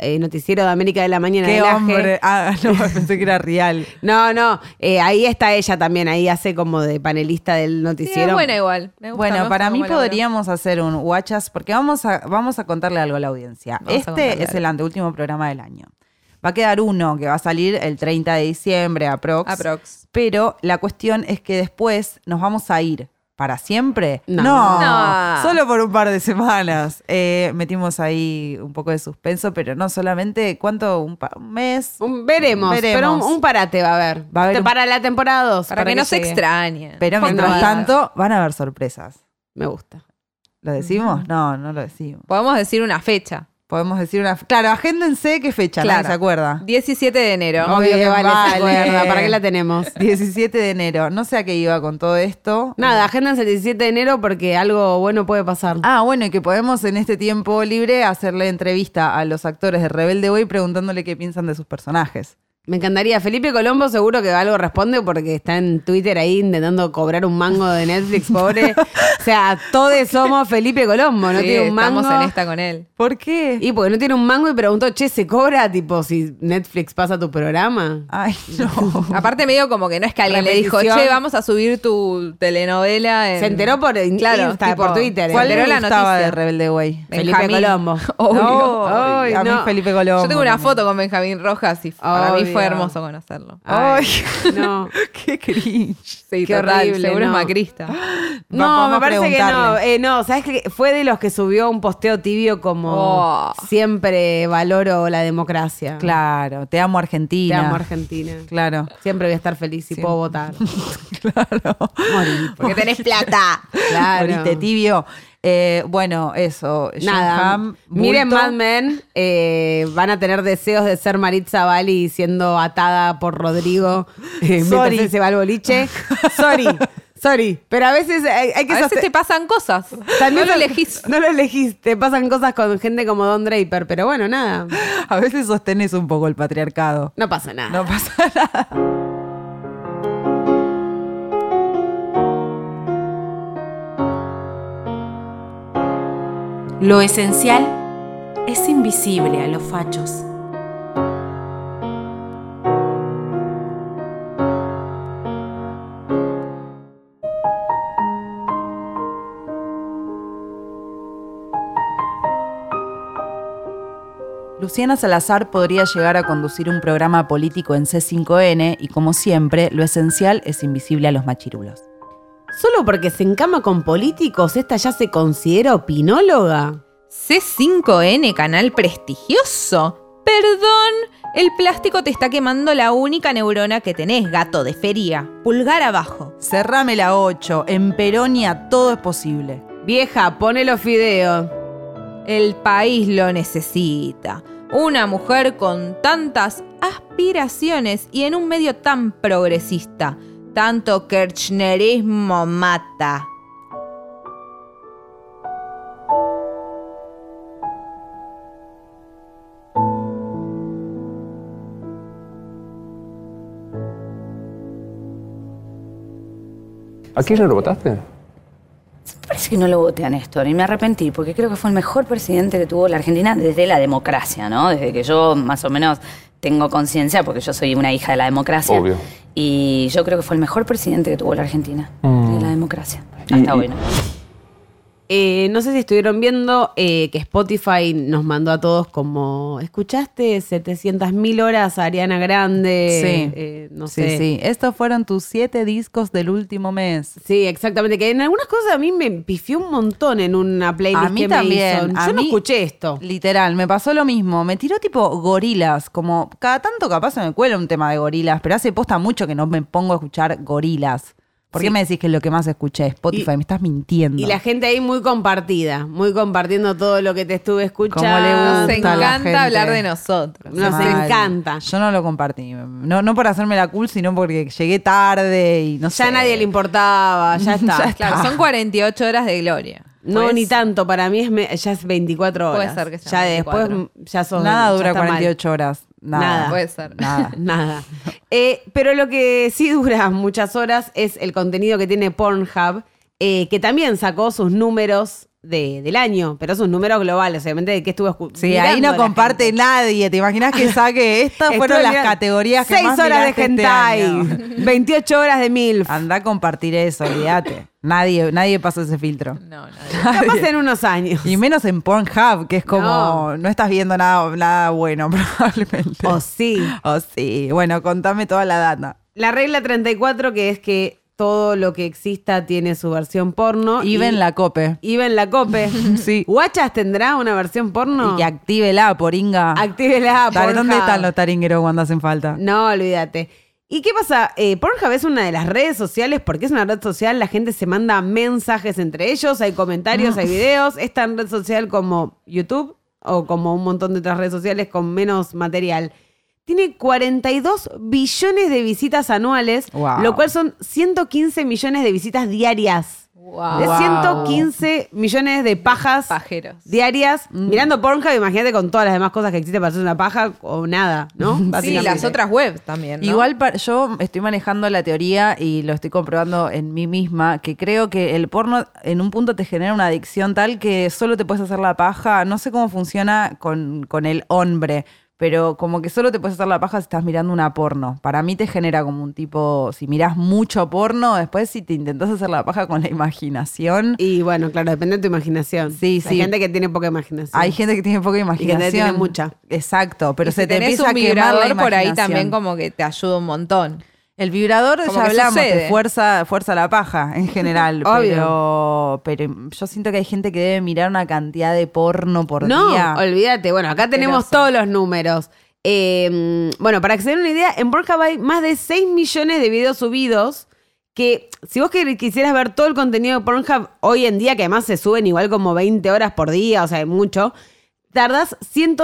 eh, noticiero de América de la Mañana.
Qué
del AGE.
hombre. Ah, no, pensé que era real.
No, no, eh, ahí está ella también, ahí hace como de panelista del
Sí, es
noticiero.
buena igual. Me gusta, me
Bueno,
gusta
para mí
cómo laburó.
podríamos hacer un guachas, porque vamos a, vamos a contarle algo a la audiencia.
Vamos a
este
contarle
es el anteúltimo programa del año. Va a quedar uno que va a salir el 30 de diciembre, aprox.
Aprox.
Pero la cuestión es que después nos vamos a ir. ¿Para siempre?
No.
No.
Solo por un par de semanas. Eh, metimos ahí un poco de suspenso, pero no solamente. ¿Cuánto? ¿Un, pa- un mes?
Un- veremos,
Veremos.
pero un, un parate va a haber.
Va a haber
Te-
un-
Para la temporada 2.
Para, que, no se
llegue.
extrañe.
Pero
Con
mientras
todo.
tanto, van a haber sorpresas.
Me gusta.
¿Lo decimos? No, no lo decimos.
Podemos decir una fecha.
Podemos decir una. Claro, agéndense qué fecha, nadie
Claro.
se acuerda.
17 de enero.
No.
Obvio que
bien,
Ah. vale, esa
vale.
cuerda, ¿para qué la tenemos?
17 de enero. No sé a qué iba con todo esto.
Nada, agéndanse el 17 de enero porque algo bueno puede pasar.
Ah, bueno, y que podemos en este tiempo libre hacerle entrevista a los actores de Rebelde Way preguntándole qué piensan de sus personajes.
Me encantaría. Felipe Colombo seguro que algo responde porque está en Twitter ahí intentando cobrar un mango de Netflix, pobre. o sea, todos somos Felipe Colombo, no
Sí,
tiene un mango.
Estamos en esta con él.
¿Por qué?
Y porque no tiene un mango y preguntó, che, ¿se cobra tipo si Netflix pasa tu programa?
Ay, no.
Aparte, medio como que no es que alguien le dijo,
Repetición.
che, vamos a subir tu telenovela. en-".
Se enteró por in-
Em, Claro,
Insta,
tipo,
por Twitter.
¿Cuál
Se
le
enteró la
gustaba
noticia.
de Rebelde Way?
Felipe
Benjamín.
Colombo.
Obvio.
No,
Ay,
a mí
no.
Felipe Colombo.
Yo tengo una
también.
foto con Benjamín Rojas y para mí
Obvio.
fue hermoso conocerlo.
Ay,
No.
qué cringe.
Sí,
Qué
total,
horrible, no.
seguro
¡Ah!
es macrista.
No,
Vamos a
me parece que
preguntarle.
no. Eh, no, ¿sabes qué? Fue de los que subió un posteo tibio como
Oh.
siempre valoro la democracia.
Claro, te amo
Te
Argentina.
amo, Argentina.
Claro.
Siempre voy a estar feliz si puedo votar.
claro.
Morí,
Porque tenés plata.
Claro.
Moriste tibio. Eh, bueno, eso. Jim
Nada.
Hamm, bulto.
Miren Mad Men, eh, van a tener deseos de ser Maritza Bali siendo atada por Rodrigo eh, mientras
Sorry.
él se va al boliche. Sorry, sorry. Pero a veces hay, hay que
A veces
soste-
te pasan cosas. También lo elegís.
No lo elegís. Te pasan cosas con gente como Don Draper, pero bueno, nada.
A veces sostenés un poco el patriarcado.
No pasa nada.
No pasa nada.
Lo esencial es invisible a los fachos.
Luciana Salazar podría llegar a conducir un programa político en C5N y, como siempre, lo esencial es invisible a los machirulos.
Solo porque se encama con políticos, esta ya se considera opinóloga.
C5N, canal prestigioso. Perdón, el plástico te está quemando la única neurona que tenés, gato de feria. Pulgar abajo.
Cerrame la 8. En Peronia todo es posible.
Vieja, pone los fideos.
El país lo necesita. Una mujer con tantas aspiraciones y en un medio tan progresista. Tanto kirchnerismo mata.
¿A Kirchner lo votaste?
Parece que no lo voté a Néstor y me arrepentí porque creo que fue el mejor presidente que tuvo la Argentina desde la democracia, ¿no? Desde que yo más o menos tengo conciencia porque yo soy una hija de la democracia.
Obvio.
Y yo creo que fue el mejor presidente que tuvo la Argentina de la democracia
Mm. Y-
hasta
y-
hoy, ¿no?
Eh, no sé si estuvieron viendo eh, que Spotify nos mandó a todos como, ¿escuchaste 700.000 horas a Ariana Grande? Eh, no
sí,
sé.
sí. Estos fueron tus siete discos del último mes.
Sí, exactamente. Que en algunas cosas a mí me pifió un montón en una playlist
A mí
que me
también.
hizo.
a
Yo no
mí-
escuché esto.
Literal, me pasó lo mismo. Me tiró tipo gorilas, como cada tanto capaz se me cuela un tema de gorilas, pero hace posta mucho que no me pongo a escuchar gorilas. ¿Por qué
Sí.
me decís que es lo que más escuché? Spotify,
Y-
me estás mintiendo.
Y la gente ahí muy compartida, muy compartiendo todo lo que te estuve escuchando.
gusta
Nos
a la gente.
encanta hablar de nosotros.
nos encanta.
Yo no lo compartí. No, no por hacerme la cool, sino porque llegué tarde y no sé.
Ya a nadie le importaba, ya está.
Claro, son 48 horas de gloria.
No,
Pues-
ni tanto. Para mí es me- ya es 24
Puede
horas.
ser que sea
Ya
24.
después ya sos.
Nada
ya
dura
está mal.
48 horas. Nada.
Nada.
Puede ser.
Nada.
Nada. Eh, pero lo que sí dura muchas horas es el contenido que tiene Pornhub, eh, que también sacó sus números de- del año, pero sus números globales, obviamente, de que estuvo escu-
Sí,
mirando
ahí
a
no
la
comparte
gente.
nadie. ¿Te imaginas que saque estas fueron
Estuve
las
mirando
categorías que
seis
más
horas de
miraste este
hentai,
año?
28 horas de MILF.
Anda a compartir eso, olvídate. Nadie, nadie pasó ese filtro.
No, no.
Capaz en unos años.
Y menos en Pornhub, que es como,
No. Oh,
no, estás viendo nada, nada bueno, probablemente.
O sí.
O sí. Bueno, contame toda la data.
La regla 34, que es que todo lo que exista tiene su versión porno.
y ven la cope.
Iben la cope.
Sí.
¿Guachas tendrá una versión porno?
Y que actívela, poringa.
Actívela,
Dale, ¿Dónde
Pornhub.
están los taringueros cuando hacen falta?
No, olvídate. ¿Y qué pasa? Eh, Pornhub es una de las redes sociales, porque es una red social, la gente se manda mensajes entre ellos, hay comentarios, hay videos, es tan red social como YouTube o como un montón de otras redes sociales con menos material. Tiene 42 billones de visitas anuales,
Wow.
lo cual son 115 millones de visitas diarias.
Wow.
De
Wow.
115 millones de pajas
Pajeros.
diarias. Mirando Pornhub, imagínate con todas las demás cosas que existen para hacer una paja o nada, ¿no?
Sí,
Básicamente.
las otras webs también. ¿no?
Igual pa- yo estoy manejando la teoría y lo estoy comprobando en mí misma, que creo que el porno en un punto te genera una adicción tal que solo te puedes hacer la paja. No sé cómo funciona con, con el hombre, pero como que solo te puedes hacer la paja si estás mirando una porno. Para mí te genera como un tipo, si mirás mucho porno, después si te intentás hacer la paja con la imaginación.
Y bueno, claro, depende de tu imaginación.
Sí,
Hay
sí.
gente que tiene poca imaginación.
Hay gente que tiene poca
que
imaginación.
tiene mucha.
Exacto, pero
Y
se
si
te
tenés
empieza
un
a quemar la
vibrador por ahí
imaginación.
también como que te ayuda un montón.
El vibrador,
Como
ya
que
hablamos,
sucede.
te fuerza, fuerza la paja en general. pero, pero yo siento que hay gente que debe mirar una cantidad de porno por
no,
día.
olvídate. Bueno, acá tenemos
Asqueroso.
todos los números. Eh, bueno, para que se den una idea, en Pornhub hay más de 6 millones de videos subidos que si vos que- quisieras ver todo el contenido de Pornhub hoy en día, que además se suben igual como 20 horas por día, o sea, hay mucho, tardás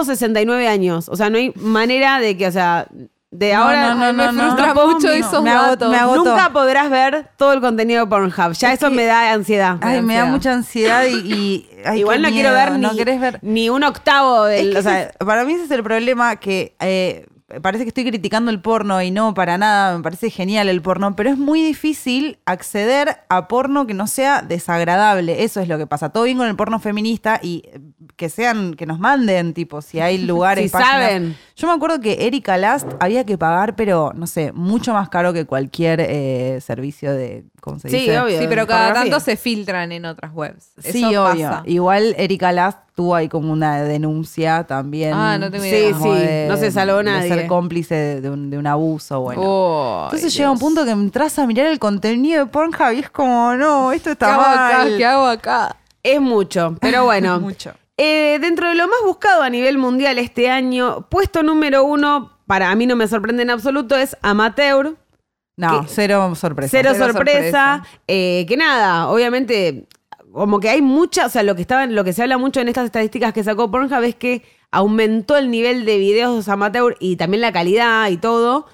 169 años. O sea, no hay manera de que, o sea, de
No,
ahora...
no, no, no, no.
frustra
No,
mucho
no,
esos
me hago-
datos.
me hago todo.
Nunca podrás ver todo el contenido de Pornhub. Ya eso me da ansiedad.
Ay, me da
ansiedad.
mucha ansiedad y... y- ay,
Igual
qué
no
miedo,
quiero ver,
no
ni,
querés ver.
ni un octavo
Es
del.
que
o sea,
ese es- para mí ese es el problema que eh, parece que estoy criticando el porno y no para nada, me parece genial el porno, pero es muy difícil acceder a porno que no sea desagradable. Eso es lo que pasa. Todo bien con el porno feminista y eh, que sean, que nos manden, tipo, si hay lugares.
Si
páginas.
saben.
Yo me acuerdo que Erika Last había que pagar, pero no sé, mucho más caro que cualquier eh, servicio de. ¿Cómo se
Sí,
dice?
obvio.
Sí, pero cada
Pornografía.
tanto se filtran en otras webs. Eso
Sí, obvio.
pasa.
Igual Erika Last tuvo ahí como una denuncia también.
Ah, no tengo
Sí,
idea.
como
sí. no se salvó nadie.
De ser cómplice de, de un, de un abuso, bueno.
Oh,
Entonces
ay,
llega un
Dios.
punto que entras a mirar el contenido de Pornhub y es como, no, esto
¿Qué
está
hago acá?
mal.
¿Qué hago acá?
Es mucho, pero bueno.
Mucho.
Eh, dentro de lo más buscado a nivel mundial este año, puesto número uno, para mí no me sorprende en absoluto, es Amateur.
No,
¿Qué?
cero sorpresa.
Cero,
Cero
sorpresa.
sorpresa.
Eh, que nada, obviamente, como que hay mucha, o sea, lo que estaba, lo que se habla mucho en estas estadísticas que sacó Pornhub es que aumentó el nivel de videos amateur y también la calidad y todo.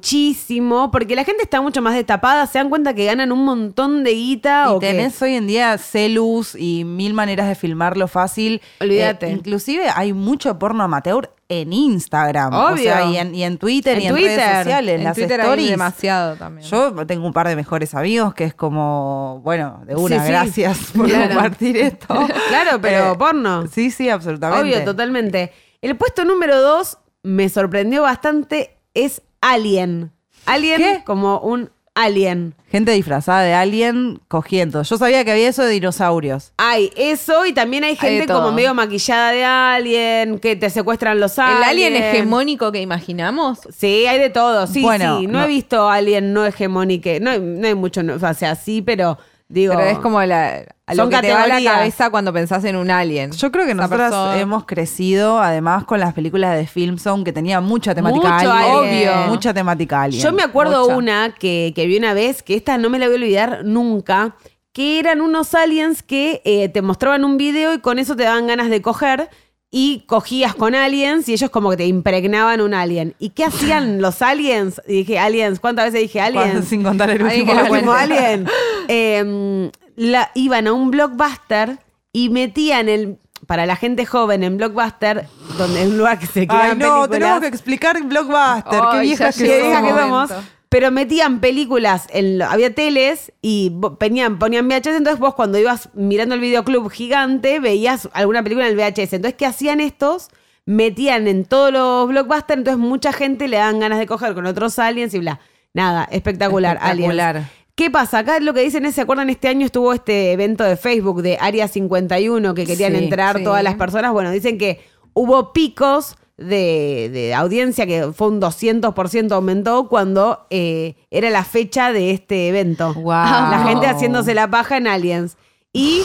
Muchísimo, porque la gente está mucho más destapada, se dan cuenta que ganan un montón de
Ah,
guita.
Y
o que-
tenés hoy en día celus y mil maneras de filmarlo fácil. Eh,
Olvídate.
inclusive hay mucho porno amateur en Instagram. O
Obvio.
sea, y en, y en Twitter
En
y en
Twitter.
redes sociales.
En
las
Twitter hay
stories.
demasiado también.
Yo tengo un par de mejores amigos que es como, bueno, de una,
Sí, sí.
gracias por
Claro.
compartir esto.
Claro, pero
Eh,
porno.
Sí, sí, absolutamente.
Obvio, totalmente. El puesto número dos me sorprendió bastante, es Alien. Alien
¿Qué?
como un alien.
Gente disfrazada de alien cogiendo. Yo sabía que había eso de dinosaurios.
Hay eso y también hay
Hay de
gente como
todo.
medio maquillada de alien, que te secuestran los aliens.
¿El alien hegemónico que imaginamos?
Sí, hay de todo. Sí,
Bueno,
sí. No, he
no.
visto alien no hegemónico. No, hay- no hay mucho, no- o sea, sí, pero digo.
Pero es como la, a lo
Son
que te va a la
categorías.
cabeza cuando pensás en un alien.
Yo creo que
Esa
nosotras
persona.
hemos crecido, además, con las películas de Film Zone, que tenía mucha temática
Mucho
alien.
alien.
Mucha temática alien.
Yo me acuerdo
Mucha.
una que, que vi una vez, que esta no me la voy a olvidar nunca, que eran unos aliens que eh, te mostraban un video y con eso te daban ganas de coger. Y cogías con aliens y ellos como que te impregnaban un alien. ¿Y qué hacían los aliens? Y dije, aliens, ¿cuántas veces dije aliens?
Sin contar el
Ay,
último
que lo
alien.
Como alien. Eh, la, iban a un blockbuster y metían el. Para la gente joven en Blockbuster, donde es un lugar que se queda
Ay, no, tenemos que explicar Blockbuster. qué
Ay,
vieja
ya
que
llegó.
somos.
que somos.
momento.
Pero metían películas, en lo- había teles y vo- ponían, ponían VHS, entonces vos cuando ibas mirando el videoclub gigante veías alguna película en el VHS. Entonces, ¿qué hacían estos? Metían en todos los blockbusters, entonces mucha gente le dan ganas de coger con otros aliens y bla. Nada, espectacular,
Espectacular.
aliens. ¿Qué pasa? Acá lo que dicen es, ¿se acuerdan? Este año estuvo este evento de Facebook de Área 51 que querían
Sí,
entrar
sí.
todas las personas. Bueno, dicen que hubo picos de, de audiencia que fue un 200% aumentó cuando eh, era la fecha de este evento.
Guau.
La gente haciéndose la paja en Aliens. Y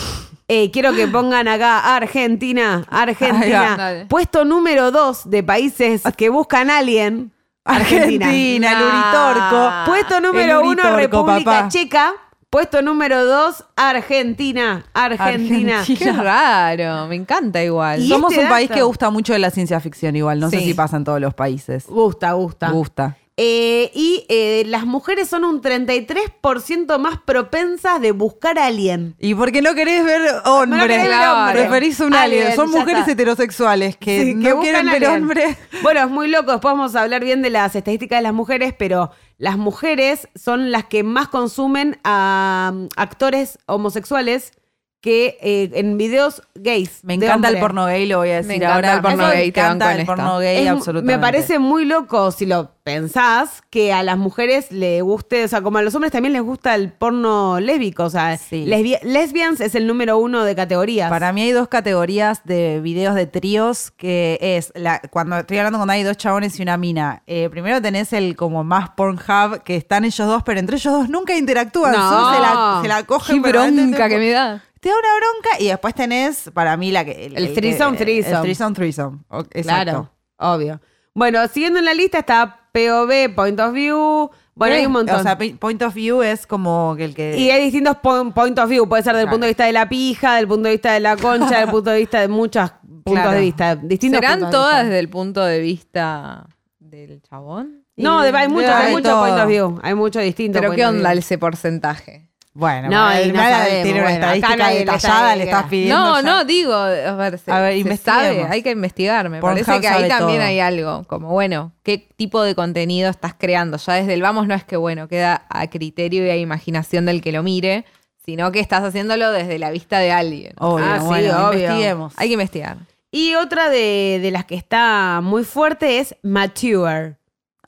eh, quiero que pongan acá Argentina,
Ahí
Argentina,
va,
dale.
puesto número 2 de países que buscan alien.
Argentina, el Uritorco.
Ah, Puesto
El
número uno,
Uritorco,
República
papá.
Checa. Puesto número dos, Argentina. Argentina.
Argentina.
Qué raro, me encanta igual.
Y
Somos
este
un país
dato.
que gusta mucho de la ciencia ficción, igual. No sé
Sí.
si pasa en todos los países.
Gusta, gusta.
Gusta.
Eh, y eh, las mujeres son un 33% más propensas de buscar alien.
¿Y porque no querés ver hombre?
No querés ver
Claro.
hombre.
Preferís un alien.
Alien,
Son
ya
mujeres
está.
heterosexuales que
Sí,
no
buscan
quieren ver
alien.
hombre.
Bueno, es muy loco. Después vamos a hablar bien de las estadísticas de las mujeres, pero las mujeres son las que más consumen a um, actores homosexuales que eh, en videos gays.
Me
de
encanta el
hombre.
porno gay, lo voy a decir
encanta
ahora.
el porno
Eso
gay,
Me
te van
encanta
con
el
esta.
porno gay,
Es-
absolutamente.
Me parece muy loco si lo pensás que a las mujeres le guste, o sea, como a los hombres también les gusta el porno lésbico, o sea,
Sí.
lesbi- lesbians es el número uno de categorías.
Para mí hay dos categorías de videos de tríos que es la, cuando estoy hablando cuando hay dos chabones y una mina. Eh, primero tenés el como más Pornhub que están ellos dos, pero entre ellos dos nunca interactúan.
No.
solo se la, se la cogen.
Qué
pero al mismo
bronca
tiempo-
que me da.
Te da una bronca y después tenés para mí la que
El threesome,
que-
threesome.
El threesome threesome. O-
claro,
Exacto.
obvio. Bueno, siguiendo en la lista está POV, Point of View, bueno, hay un montón.
Eh, O sea, pi- point of view es como el que
y hay distintos pon- point of view, puede ser del
Claro.
punto de vista de la pija, del punto de vista de la concha, del punto de vista de muchos puntos
Claro.
de vista. Distintos
¿Serán
puntos de
todas
vista.
desde el punto de vista del chabón?
No, de- hay muchos, hay
de
muchos
todo.
point of view, hay muchos distintos.
Pero
point
qué
of
onda
view.
ese porcentaje.
bueno,
No,
para
y
el
no
Mala
sabemos,
tiene una
bueno, acá
estadística
nadie le está
detallada, le
dedicando.
estás pidiendo
No,
ya.
no, digo, a ver, se,
A ver,
se
investiguemos.
sabe, hay que investigar. Me
Pornhub
parece que
sabe
ahí también
todo.
hay algo, como bueno, qué tipo de contenido estás creando. Ya desde el vamos no es que bueno, queda a criterio y a imaginación del que lo mire, sino que estás haciéndolo desde la vista de alguien.
Obvio,
Ah, sí,
bueno,
obvio.
investiguemos.
Hay que investigar.
Y otra de, de las que está muy fuerte es mature.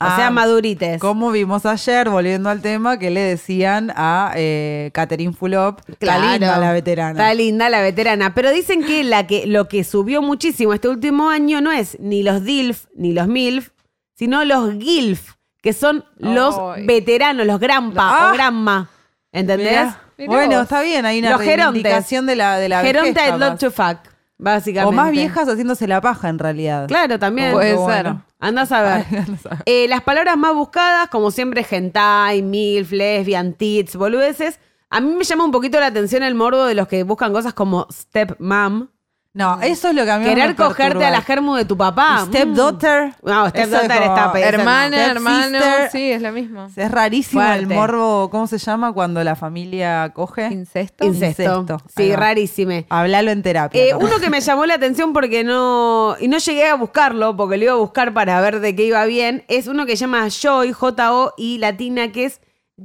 o
Ah,
sea, madurites.
Como vimos ayer, volviendo al tema, que le decían a eh, Catherine Fulop,
Claro.
la linda la veterana.
Está linda la veterana. Pero dicen que, la que lo que subió muchísimo este último año no es ni los DILF ni los MILF, sino los GILF, que son
Ay.
los veteranos, los grampa
Ah.
o granma. ¿Entendés?
Mirá.
Mirá
Bueno,
vos.
está bien, hay una
Los gerontes.
reivindicación de la de la
Geronta
vejez,
and love
capaz.
to fuck, básicamente.
O más viejas haciéndose la paja en realidad.
Claro, también.
Puede
Pero
ser.
Andás a ver. Eh, las palabras más buscadas, como siempre, hentai, milf, lesbian, tits, boludeces. A mí me llama un poquito la atención el morbo de los que buscan cosas como stepmom.
No, eso es lo que a mí me
Mm. Querer
perturba. Ah,
cogerte a la germu de tu papá.
Y stepdaughter.
Mm.
Eso
No,
es
stepdaughter
como
está pe- esa no.
Hermana,
Step
hermano,
sister.
sí, es lo mismo.
Es rarísimo el
Fuerte.
morbo, ¿cómo se llama cuando la familia
Eh,
coge?
Incesto.
Mm. Incesto.
Incesto. Ahí
Sí,
va.
rarísime.
Hablalo en terapia.
Eh,
capaz.
uno que me llamó la atención porque no. Y no llegué a buscarlo, porque lo iba a buscar para ver de qué iba bien. Es uno que llama Joy, J-O-I latina, que es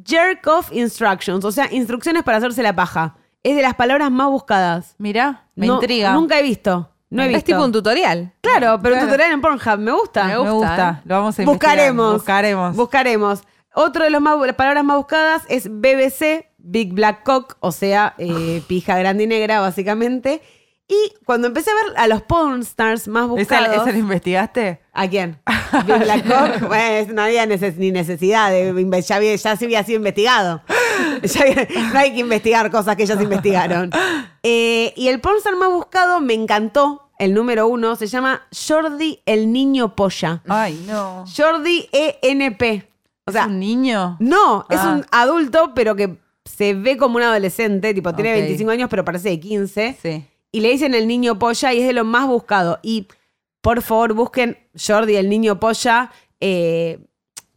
Jerk Off Instructions. O sea, instrucciones para hacerse la paja. Es de las palabras más buscadas.
Mirá, me
No-
intriga.
Nunca he visto. No he visto.
Es tipo un tutorial.
Claro, pero un
Claro.
tutorial en Pornhub. Me gusta. ¿eh?
Me gusta.
gusta.
Lo vamos a investigar.
Buscaremos.
Buscaremos.
Buscaremos. Otro de los más- las palabras más buscadas es BBC, Big Black Cock, o sea, eh, pija grande y negra, básicamente. Y cuando empecé a ver a los porn stars más
¿Esa,
buscados.
esa la investigaste?
¿A quién? Big Black Cock. Bueno, no había neces- ni necesidad, de, inve- ya, había- ya se había sido investigado. Ya había- no hay que investigar cosas que ellos investigaron. Eh, y el pornstar más buscado me encantó, el número uno, se llama Jordi el Niño Polla.
Ay, no.
Jordi ENP. O sea,
¿Es un niño?
no, es
Ah.
un adulto, pero que se ve como un adolescente, tipo, tiene
Ok.
25 años, pero parece de 15.
Sí.
Y le dicen el niño polla y es de lo más buscado. Y por favor, busquen Jordi, el niño polla. eh,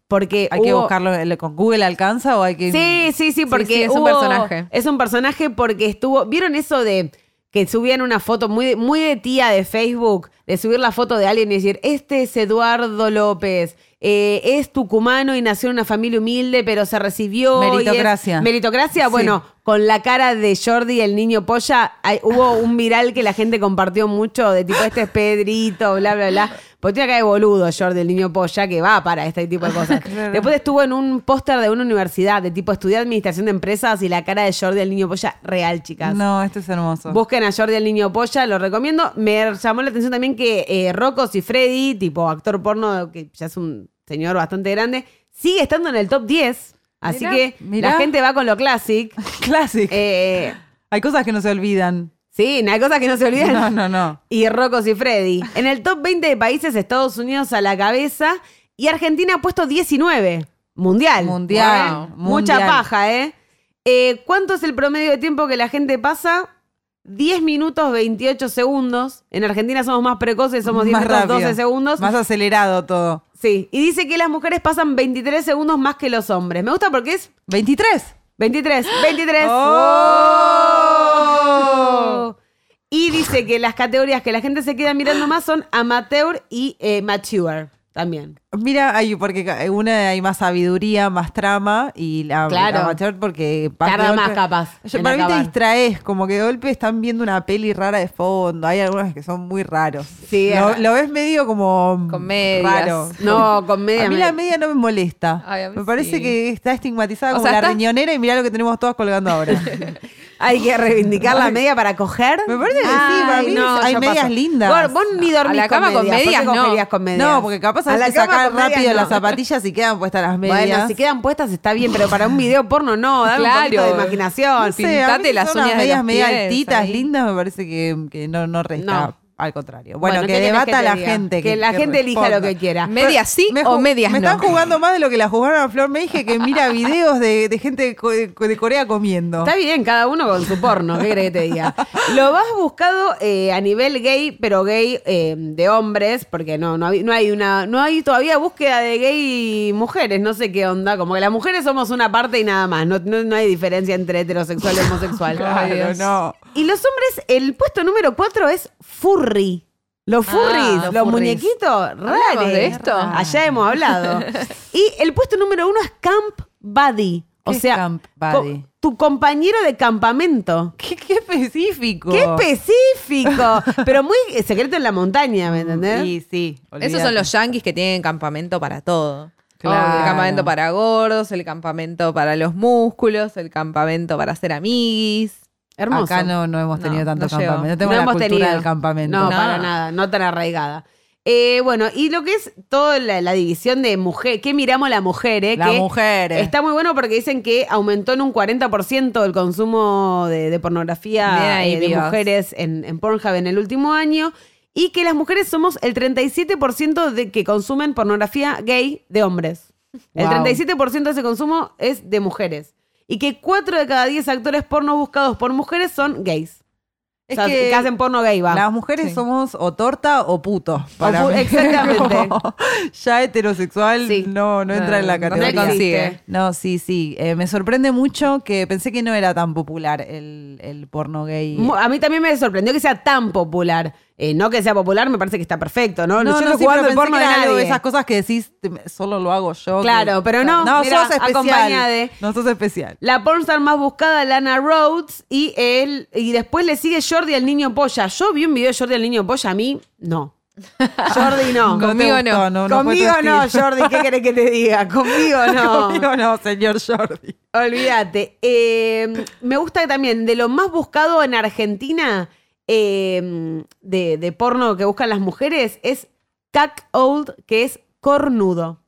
Porque
¿Hay que
hubo-
buscarlo? ¿el- ¿Con Google alcanza o hay que.?
Sí, sí, sí, porque
sí, es un
hubo-
personaje.
Es un personaje porque estuvo. ¿Vieron eso de que subían una foto muy, de- muy de tía de Facebook? De subir la foto de alguien y decir, este es Eduardo López, eh, es tucumano y nació en una familia humilde, pero se recibió. y es-
Meritocracia.
meritocracia,
Sí.
bueno, con la cara de Jordi, el niño polla, hay- hubo un viral que la gente compartió mucho de tipo, este es Pedrito, bla, bla, bla. Porque tiene acá de boludo Jordi, el niño polla, que va para este tipo de cosas. Después estuvo en un póster de una universidad, de tipo, estudiar administración de empresas y la cara de Jordi, el niño polla, real, chicas.
No, esto es hermoso.
Busquen a Jordi el Niño Polla, lo recomiendo. Me llamó la atención también que eh, Rocco Freddy, tipo actor porno, que ya es un señor bastante grande, sigue estando en el top 10. Así
Mirá,
que
mirá.
la gente va con lo classic.
Classic.
Eh,
Hay cosas que no se olvidan.
sí, no hay cosas que no se olviden.
No, no, no.
Y Rocco Freddy. En el top 20 de países, Estados Unidos a la cabeza y Argentina ha puesto 19. Mundial.
Mundial,
Wow.
mundial.
Mucha paja, ¿eh? Eh, ¿Cuánto es el promedio de tiempo que la gente pasa? 10 minutos 28 segundos. En Argentina somos más precoces, somos 10
Más
minutos
rápido.
12 segundos.
Más acelerado todo.
Sí. Y dice que las mujeres pasan 23 segundos más que los hombres. Me gusta porque es
¿23?
23, 23.
¡Oh!
Y dice que las categorías que la gente se queda mirando más son amateur y eh, mature también.
Mira, hay, porque ca- eh, una hay más sabiduría, más trama y la,
Claro.
la mayor porque pas-
Tarda
de
más capaz
Yo-
en
para mí te
acabar.
distraes, como que de golpe están viendo una peli rara de fondo. Hay algunas que son muy raros.
Sí, es
lo,
ra-
lo ves medio como
Con medias.
raro.
No, con media.
a mí la media no me molesta.
Ay, a mí
me parece
sí.
que está estigmatizada
O
como
sea,
la
está-
riñonera y mirá lo que tenemos todos colgando ahora.
Hay que reivindicar la media para coger.
Me parece que sí, para mí hay
yo
medias lindas.
Gor, vos ni dormís
A la cama con
¿por qué
medias, no.
cogerías con medias?
No, porque capaz
A
a
la
veces
cama
sacás
con medias,
rápido
no.
las zapatillas y quedan puestas las medias.
Bueno, si quedan puestas está bien, pero para un video porno no, dame un poquito de
Claro.
imaginación.
No sé, a mí
pintate
que
las
son
uñas de
medias
los
medio
pies,
altitas,
ahí.
lindas, me parece que, que no, no resta.
No.
Al contrario. Bueno,
Bueno,
que
¿qué querés que
debata
te
la
diga?
gente.
Que la gente elija
responda.
lo que quiera.
¿Medias sí
Me
o
ju-
medias
Me
no?
están jugando más de lo que la jugaron a Flor. Me dije que mira videos de, de gente de Co- de Corea comiendo.
Está bien, cada uno con su porno, ¿qué crees que te diga? Lo más buscado eh, a nivel gay, pero gay eh, de hombres, porque no, no, hab- no hay una, no hay todavía búsqueda de gay y mujeres, no sé qué onda. Como que las mujeres somos una parte y nada más. No, no- no hay diferencia entre heterosexual y homosexual.
Claro, no.
Y los hombres, el puesto núero cuatro es furry. Los
Ah,
furries, los,
los furries.
muñequitos raros.
¿Hablamos de esto?
Allá hemos hablado. y el puesto número uno es Camp Buddy. O
¿Qué es
sea,
Camp
co-
Buddy?
tu compañero de campamento.
¿Qué, qué específico.
¡Qué específico! Pero muy secreto en la montaña, ¿me entendés?
Sí, sí.
Esos son los yanquis que tienen campamento para todo.
Claro.
El campamento para gordos, el campamento para los músculos, el campamento para ser amiguis.
Hermoso.
Acá no, no hemos tenido
No,
tanto
no llegó.
campamento. No tengo
No
la
hemos
cultura
tenido.
del campamento.
No,
No.
para nada, no tan arraigada. Eh, bueno, y lo que es toda la, la división de mujer, ¿qué miramos la mujer? Eh?
Las
Que
mujeres.
Está muy bueno porque dicen que aumentó en un 40% el consumo de, de
Bien
pornografía
ahí,
eh, de
vivas.
mujeres en, en Pornhub en el último año y que las mujeres somos el 37% de que consumen pornografía gay de hombres. El
Wow.
37% de ese consumo es de mujeres. Y que 4 de cada 10 actores porno buscados por mujeres son gays.
Es
o sea, que,
que-
hacen porno gay, va.
Las mujeres somos o torta o puto. Para
pu-
mí.
exactamente.
Como ya heterosexual
Sí.
no, no entra en la
No, no
categoría.
existe.
No, sí, sí. Eh, me sorprende mucho que pensé que no era tan popular el, el porno gay.
Mu- A mí también me sorprendió que sea tan popular. Eh, no que sea popular, me parece que está perfecto, ¿no? Yo
sí,
jugando
pero
el
pensé
porno
que
de
era algo
nadie.
esas cosas que decís, te- solo lo hago yo. que-
Claro, pero no,
No,
mira,
sos especial.
acompaña de-
No sos especial.
La pornstar más buscada, Lana Rhodes, y él, y después le sigue Jordi el niño polla. Yo vi un video de Jordi el niño polla, a mí no. Jordi no.
te
Conmigo
gustó,
no.
no, fue tu
Conmigo no,
estilo.
Jordi, ¿qué querés que te diga? Conmigo no.
Conmigo no, señor Jordi.
Olvídate. Eh, me gusta que también, de lo más buscado en Argentina eh, de, de porno que buscan las mujeres, es cack old, que es cornudo.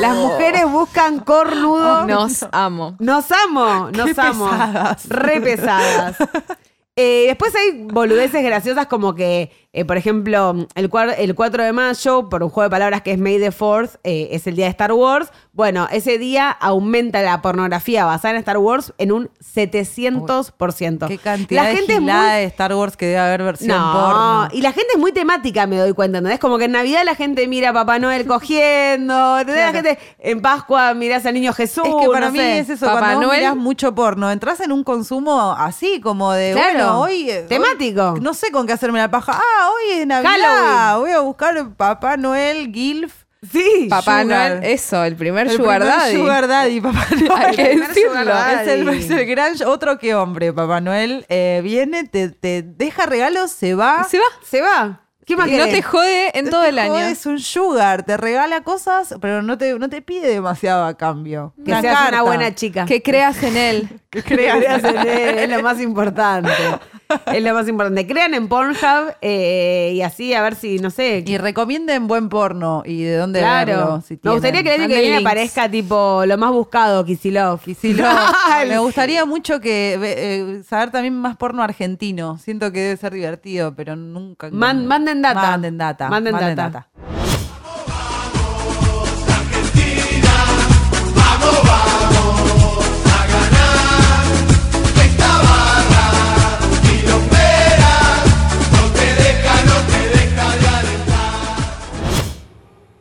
Las mujeres buscan
Oh,
cornudo.
Nos amo.
Nos amo, nos amo.
pesadas.
Re pesadas. Eh, después hay boludeces graciosas como que, eh, por ejemplo, el, cuar- el 4 de mayo, por un juego de palabras que es May the 4th, eh, es el día de Star Wars. Bueno, ese día aumenta la pornografía basada en Star Wars en un 700%.
Qué cantidad
la gente
de
es muy-
gilada de Star Wars que debe haber versión porno.
y la gente es muy temática, me doy cuenta, ¿entendés? Como que en Navidad la gente mira a Papá Noel cogiendo, ¿entendés? La gente en Pascua mirás al niño Jesús.
Es que para
Oh, no
mí
sé.
es eso,
Papá
cuando vos
Noel.
mirás mucho porno, entras en un consumo así, como de,
Claro.
bueno, hoy... eh,
Temático.
hoy no sé con qué hacerme la paja. Ah, hoy es Navidad.
Halloween.
Voy a buscar Papá Noel, Gilf.
Sí.
Papá
Sugar.
Noel, eso, el primer
El
Sugar
primer
Daddy.
Sugar Daddy, Papá Noel.
Hay que
El primer
decirlo.
Sugar Daddy. Es el,
Daddy.
es el gran otro que hombre, Papá Noel. Eh, viene, te, te deja regalos, se va.
Se va.
Se va. ¿Qué más
Y no
querés?
te jode en
No
todo
te
el año.
jodes, Es un sugar, te regala cosas, pero no te, no te pide demasiado a cambio.
Que seas una
carta.
buena chica.
Que creas en él.
Que creas en él, es lo más importante. Es lo más importante. Crean en Pornhub eh, y así a ver si, no sé.
Y recomienden buen porno y de dónde verlo.
claro.
si
Me
tienen.
gustaría que el año que
Manden
viene
links.
aparezca tipo lo más buscado, Kisilov.
No, me gustaría mucho que eh, saber también más porno argentino. Siento que debe ser divertido, pero nunca.
Man- manden data.
Manden data.
Manden data.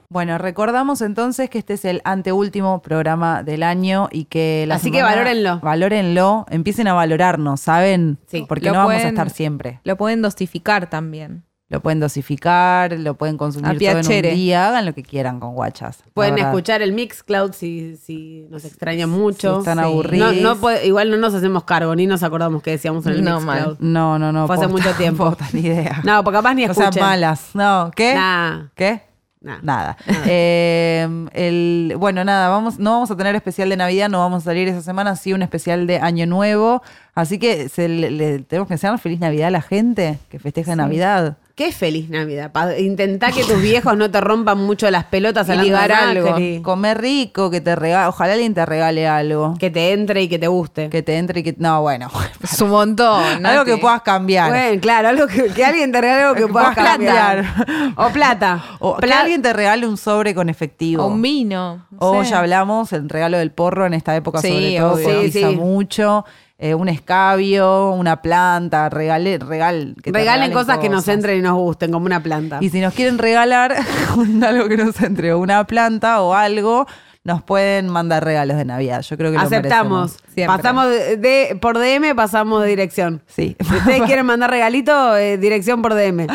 Bueno, recordamos entonces que este es el anteúltimo programa del año y que la
Así que
semana-
valórenlo.
Valórenlo, empiecen a valorarnos, ¿saben?
Sí,
Porque
lo
no vamos a
pueden-
estar siempre.
Lo pueden dosificar también.
Lo pueden dosificar, lo pueden consumir
Al
todo en
piacere.
un día, hagan lo que quieran con guachas. la
Pueden
verdad.
escuchar el Mixcloud si, si nos extrañan mucho.
Si están
Sí.
aburridos.
No- no puede- igual no nos hacemos cargo, ni nos acordamos que decíamos en el
No,
Mixcloud.
No, no, no.
Fue hace
posta,
mucho tiempo.
posta, ni idea.
No, porque capaz ni
o
escuchan.
sea, ¿eh? malas. No, ¿qué?
Nah,
¿Qué?
nah.
Nada. Eh, el, bueno, nada, vamos, no vamos a tener especial de Navidad, no vamos a salir esa semana, sí un especial de Año Nuevo. Así que se le- le- tenemos que desear feliz Navidad a la gente que festeja Navidad.
Qué feliz Navidad. Pa- Intentá que tus viejos no te rompan mucho las pelotas
Y
hablando de
ligar algo.
Macri.
Comer rico, que te regale, ojalá alguien te regale algo.
Que te entre y que te guste.
Que te entre y que. No, bueno.
Es un montón.
algo que
Nati.
puedas cambiar.
Bueno, claro, algo que, que alguien te regale algo que,
Que
puedas
puedas
cambiar.
cambiar.
O plata.
o que
Pla-
alguien te regale un sobre con efectivo.
O un vino. no
O
sé.
ya hablamos, el regalo del porro en esta época
Sí,
sobre todo,
obvio.
se
Sí,
utiliza
sí.
mucho. Eh, un escabio, una planta, regale, regal, que te
regalen cosas, que nos entren y nos gusten, como una planta.
Y si nos quieren regalar un- algo que nos entre, o una planta o algo, nos pueden mandar regalos de Navidad. Yo creo que lo
Aceptamos.
merecemos.
Siempre.
Pasamos de, de- por DM, pasamos de dirección.
Sí.
Si ustedes quieren mandar regalito, eh, dirección por DM.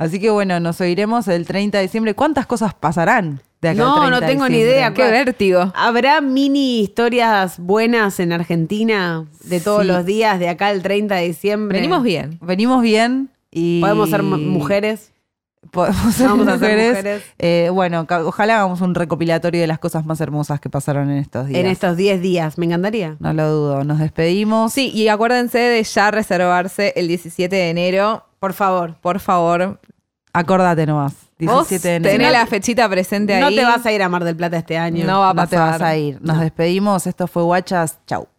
Así que bueno, nos oiremos el 30 de diciembre. ¿Cuántas cosas pasarán de acá al
No,
30
no
de
tengo ni
diciembre?
idea.
Qué vértigo.
¿Habrá mini historias buenas en Argentina de todos
Sí.
los días, de acá al 30 de diciembre?
Venimos bien.
Venimos bien y.
Podemos ser mu- mujeres.
Podemos ser
Vamos a ser
mujeres.
mujeres.
Eh, bueno, ca- ojalá hagamos un recopilatorio de las cosas más hermosas que pasaron en estos días.
En estos 10 días, me encantaría.
No lo dudo. Nos despedimos.
Sí, y acuérdense de ya reservarse el 17 de enero.
Por favor.
Por favor,
Acordate nomás. 17 de enero.
Tener la fechita presente
No
ahí.
te vas a ir a Mar del Plata este año.
No va a
No te
pasar.
vas a ir. Nos despedimos. Esto fue Guachas. Chau.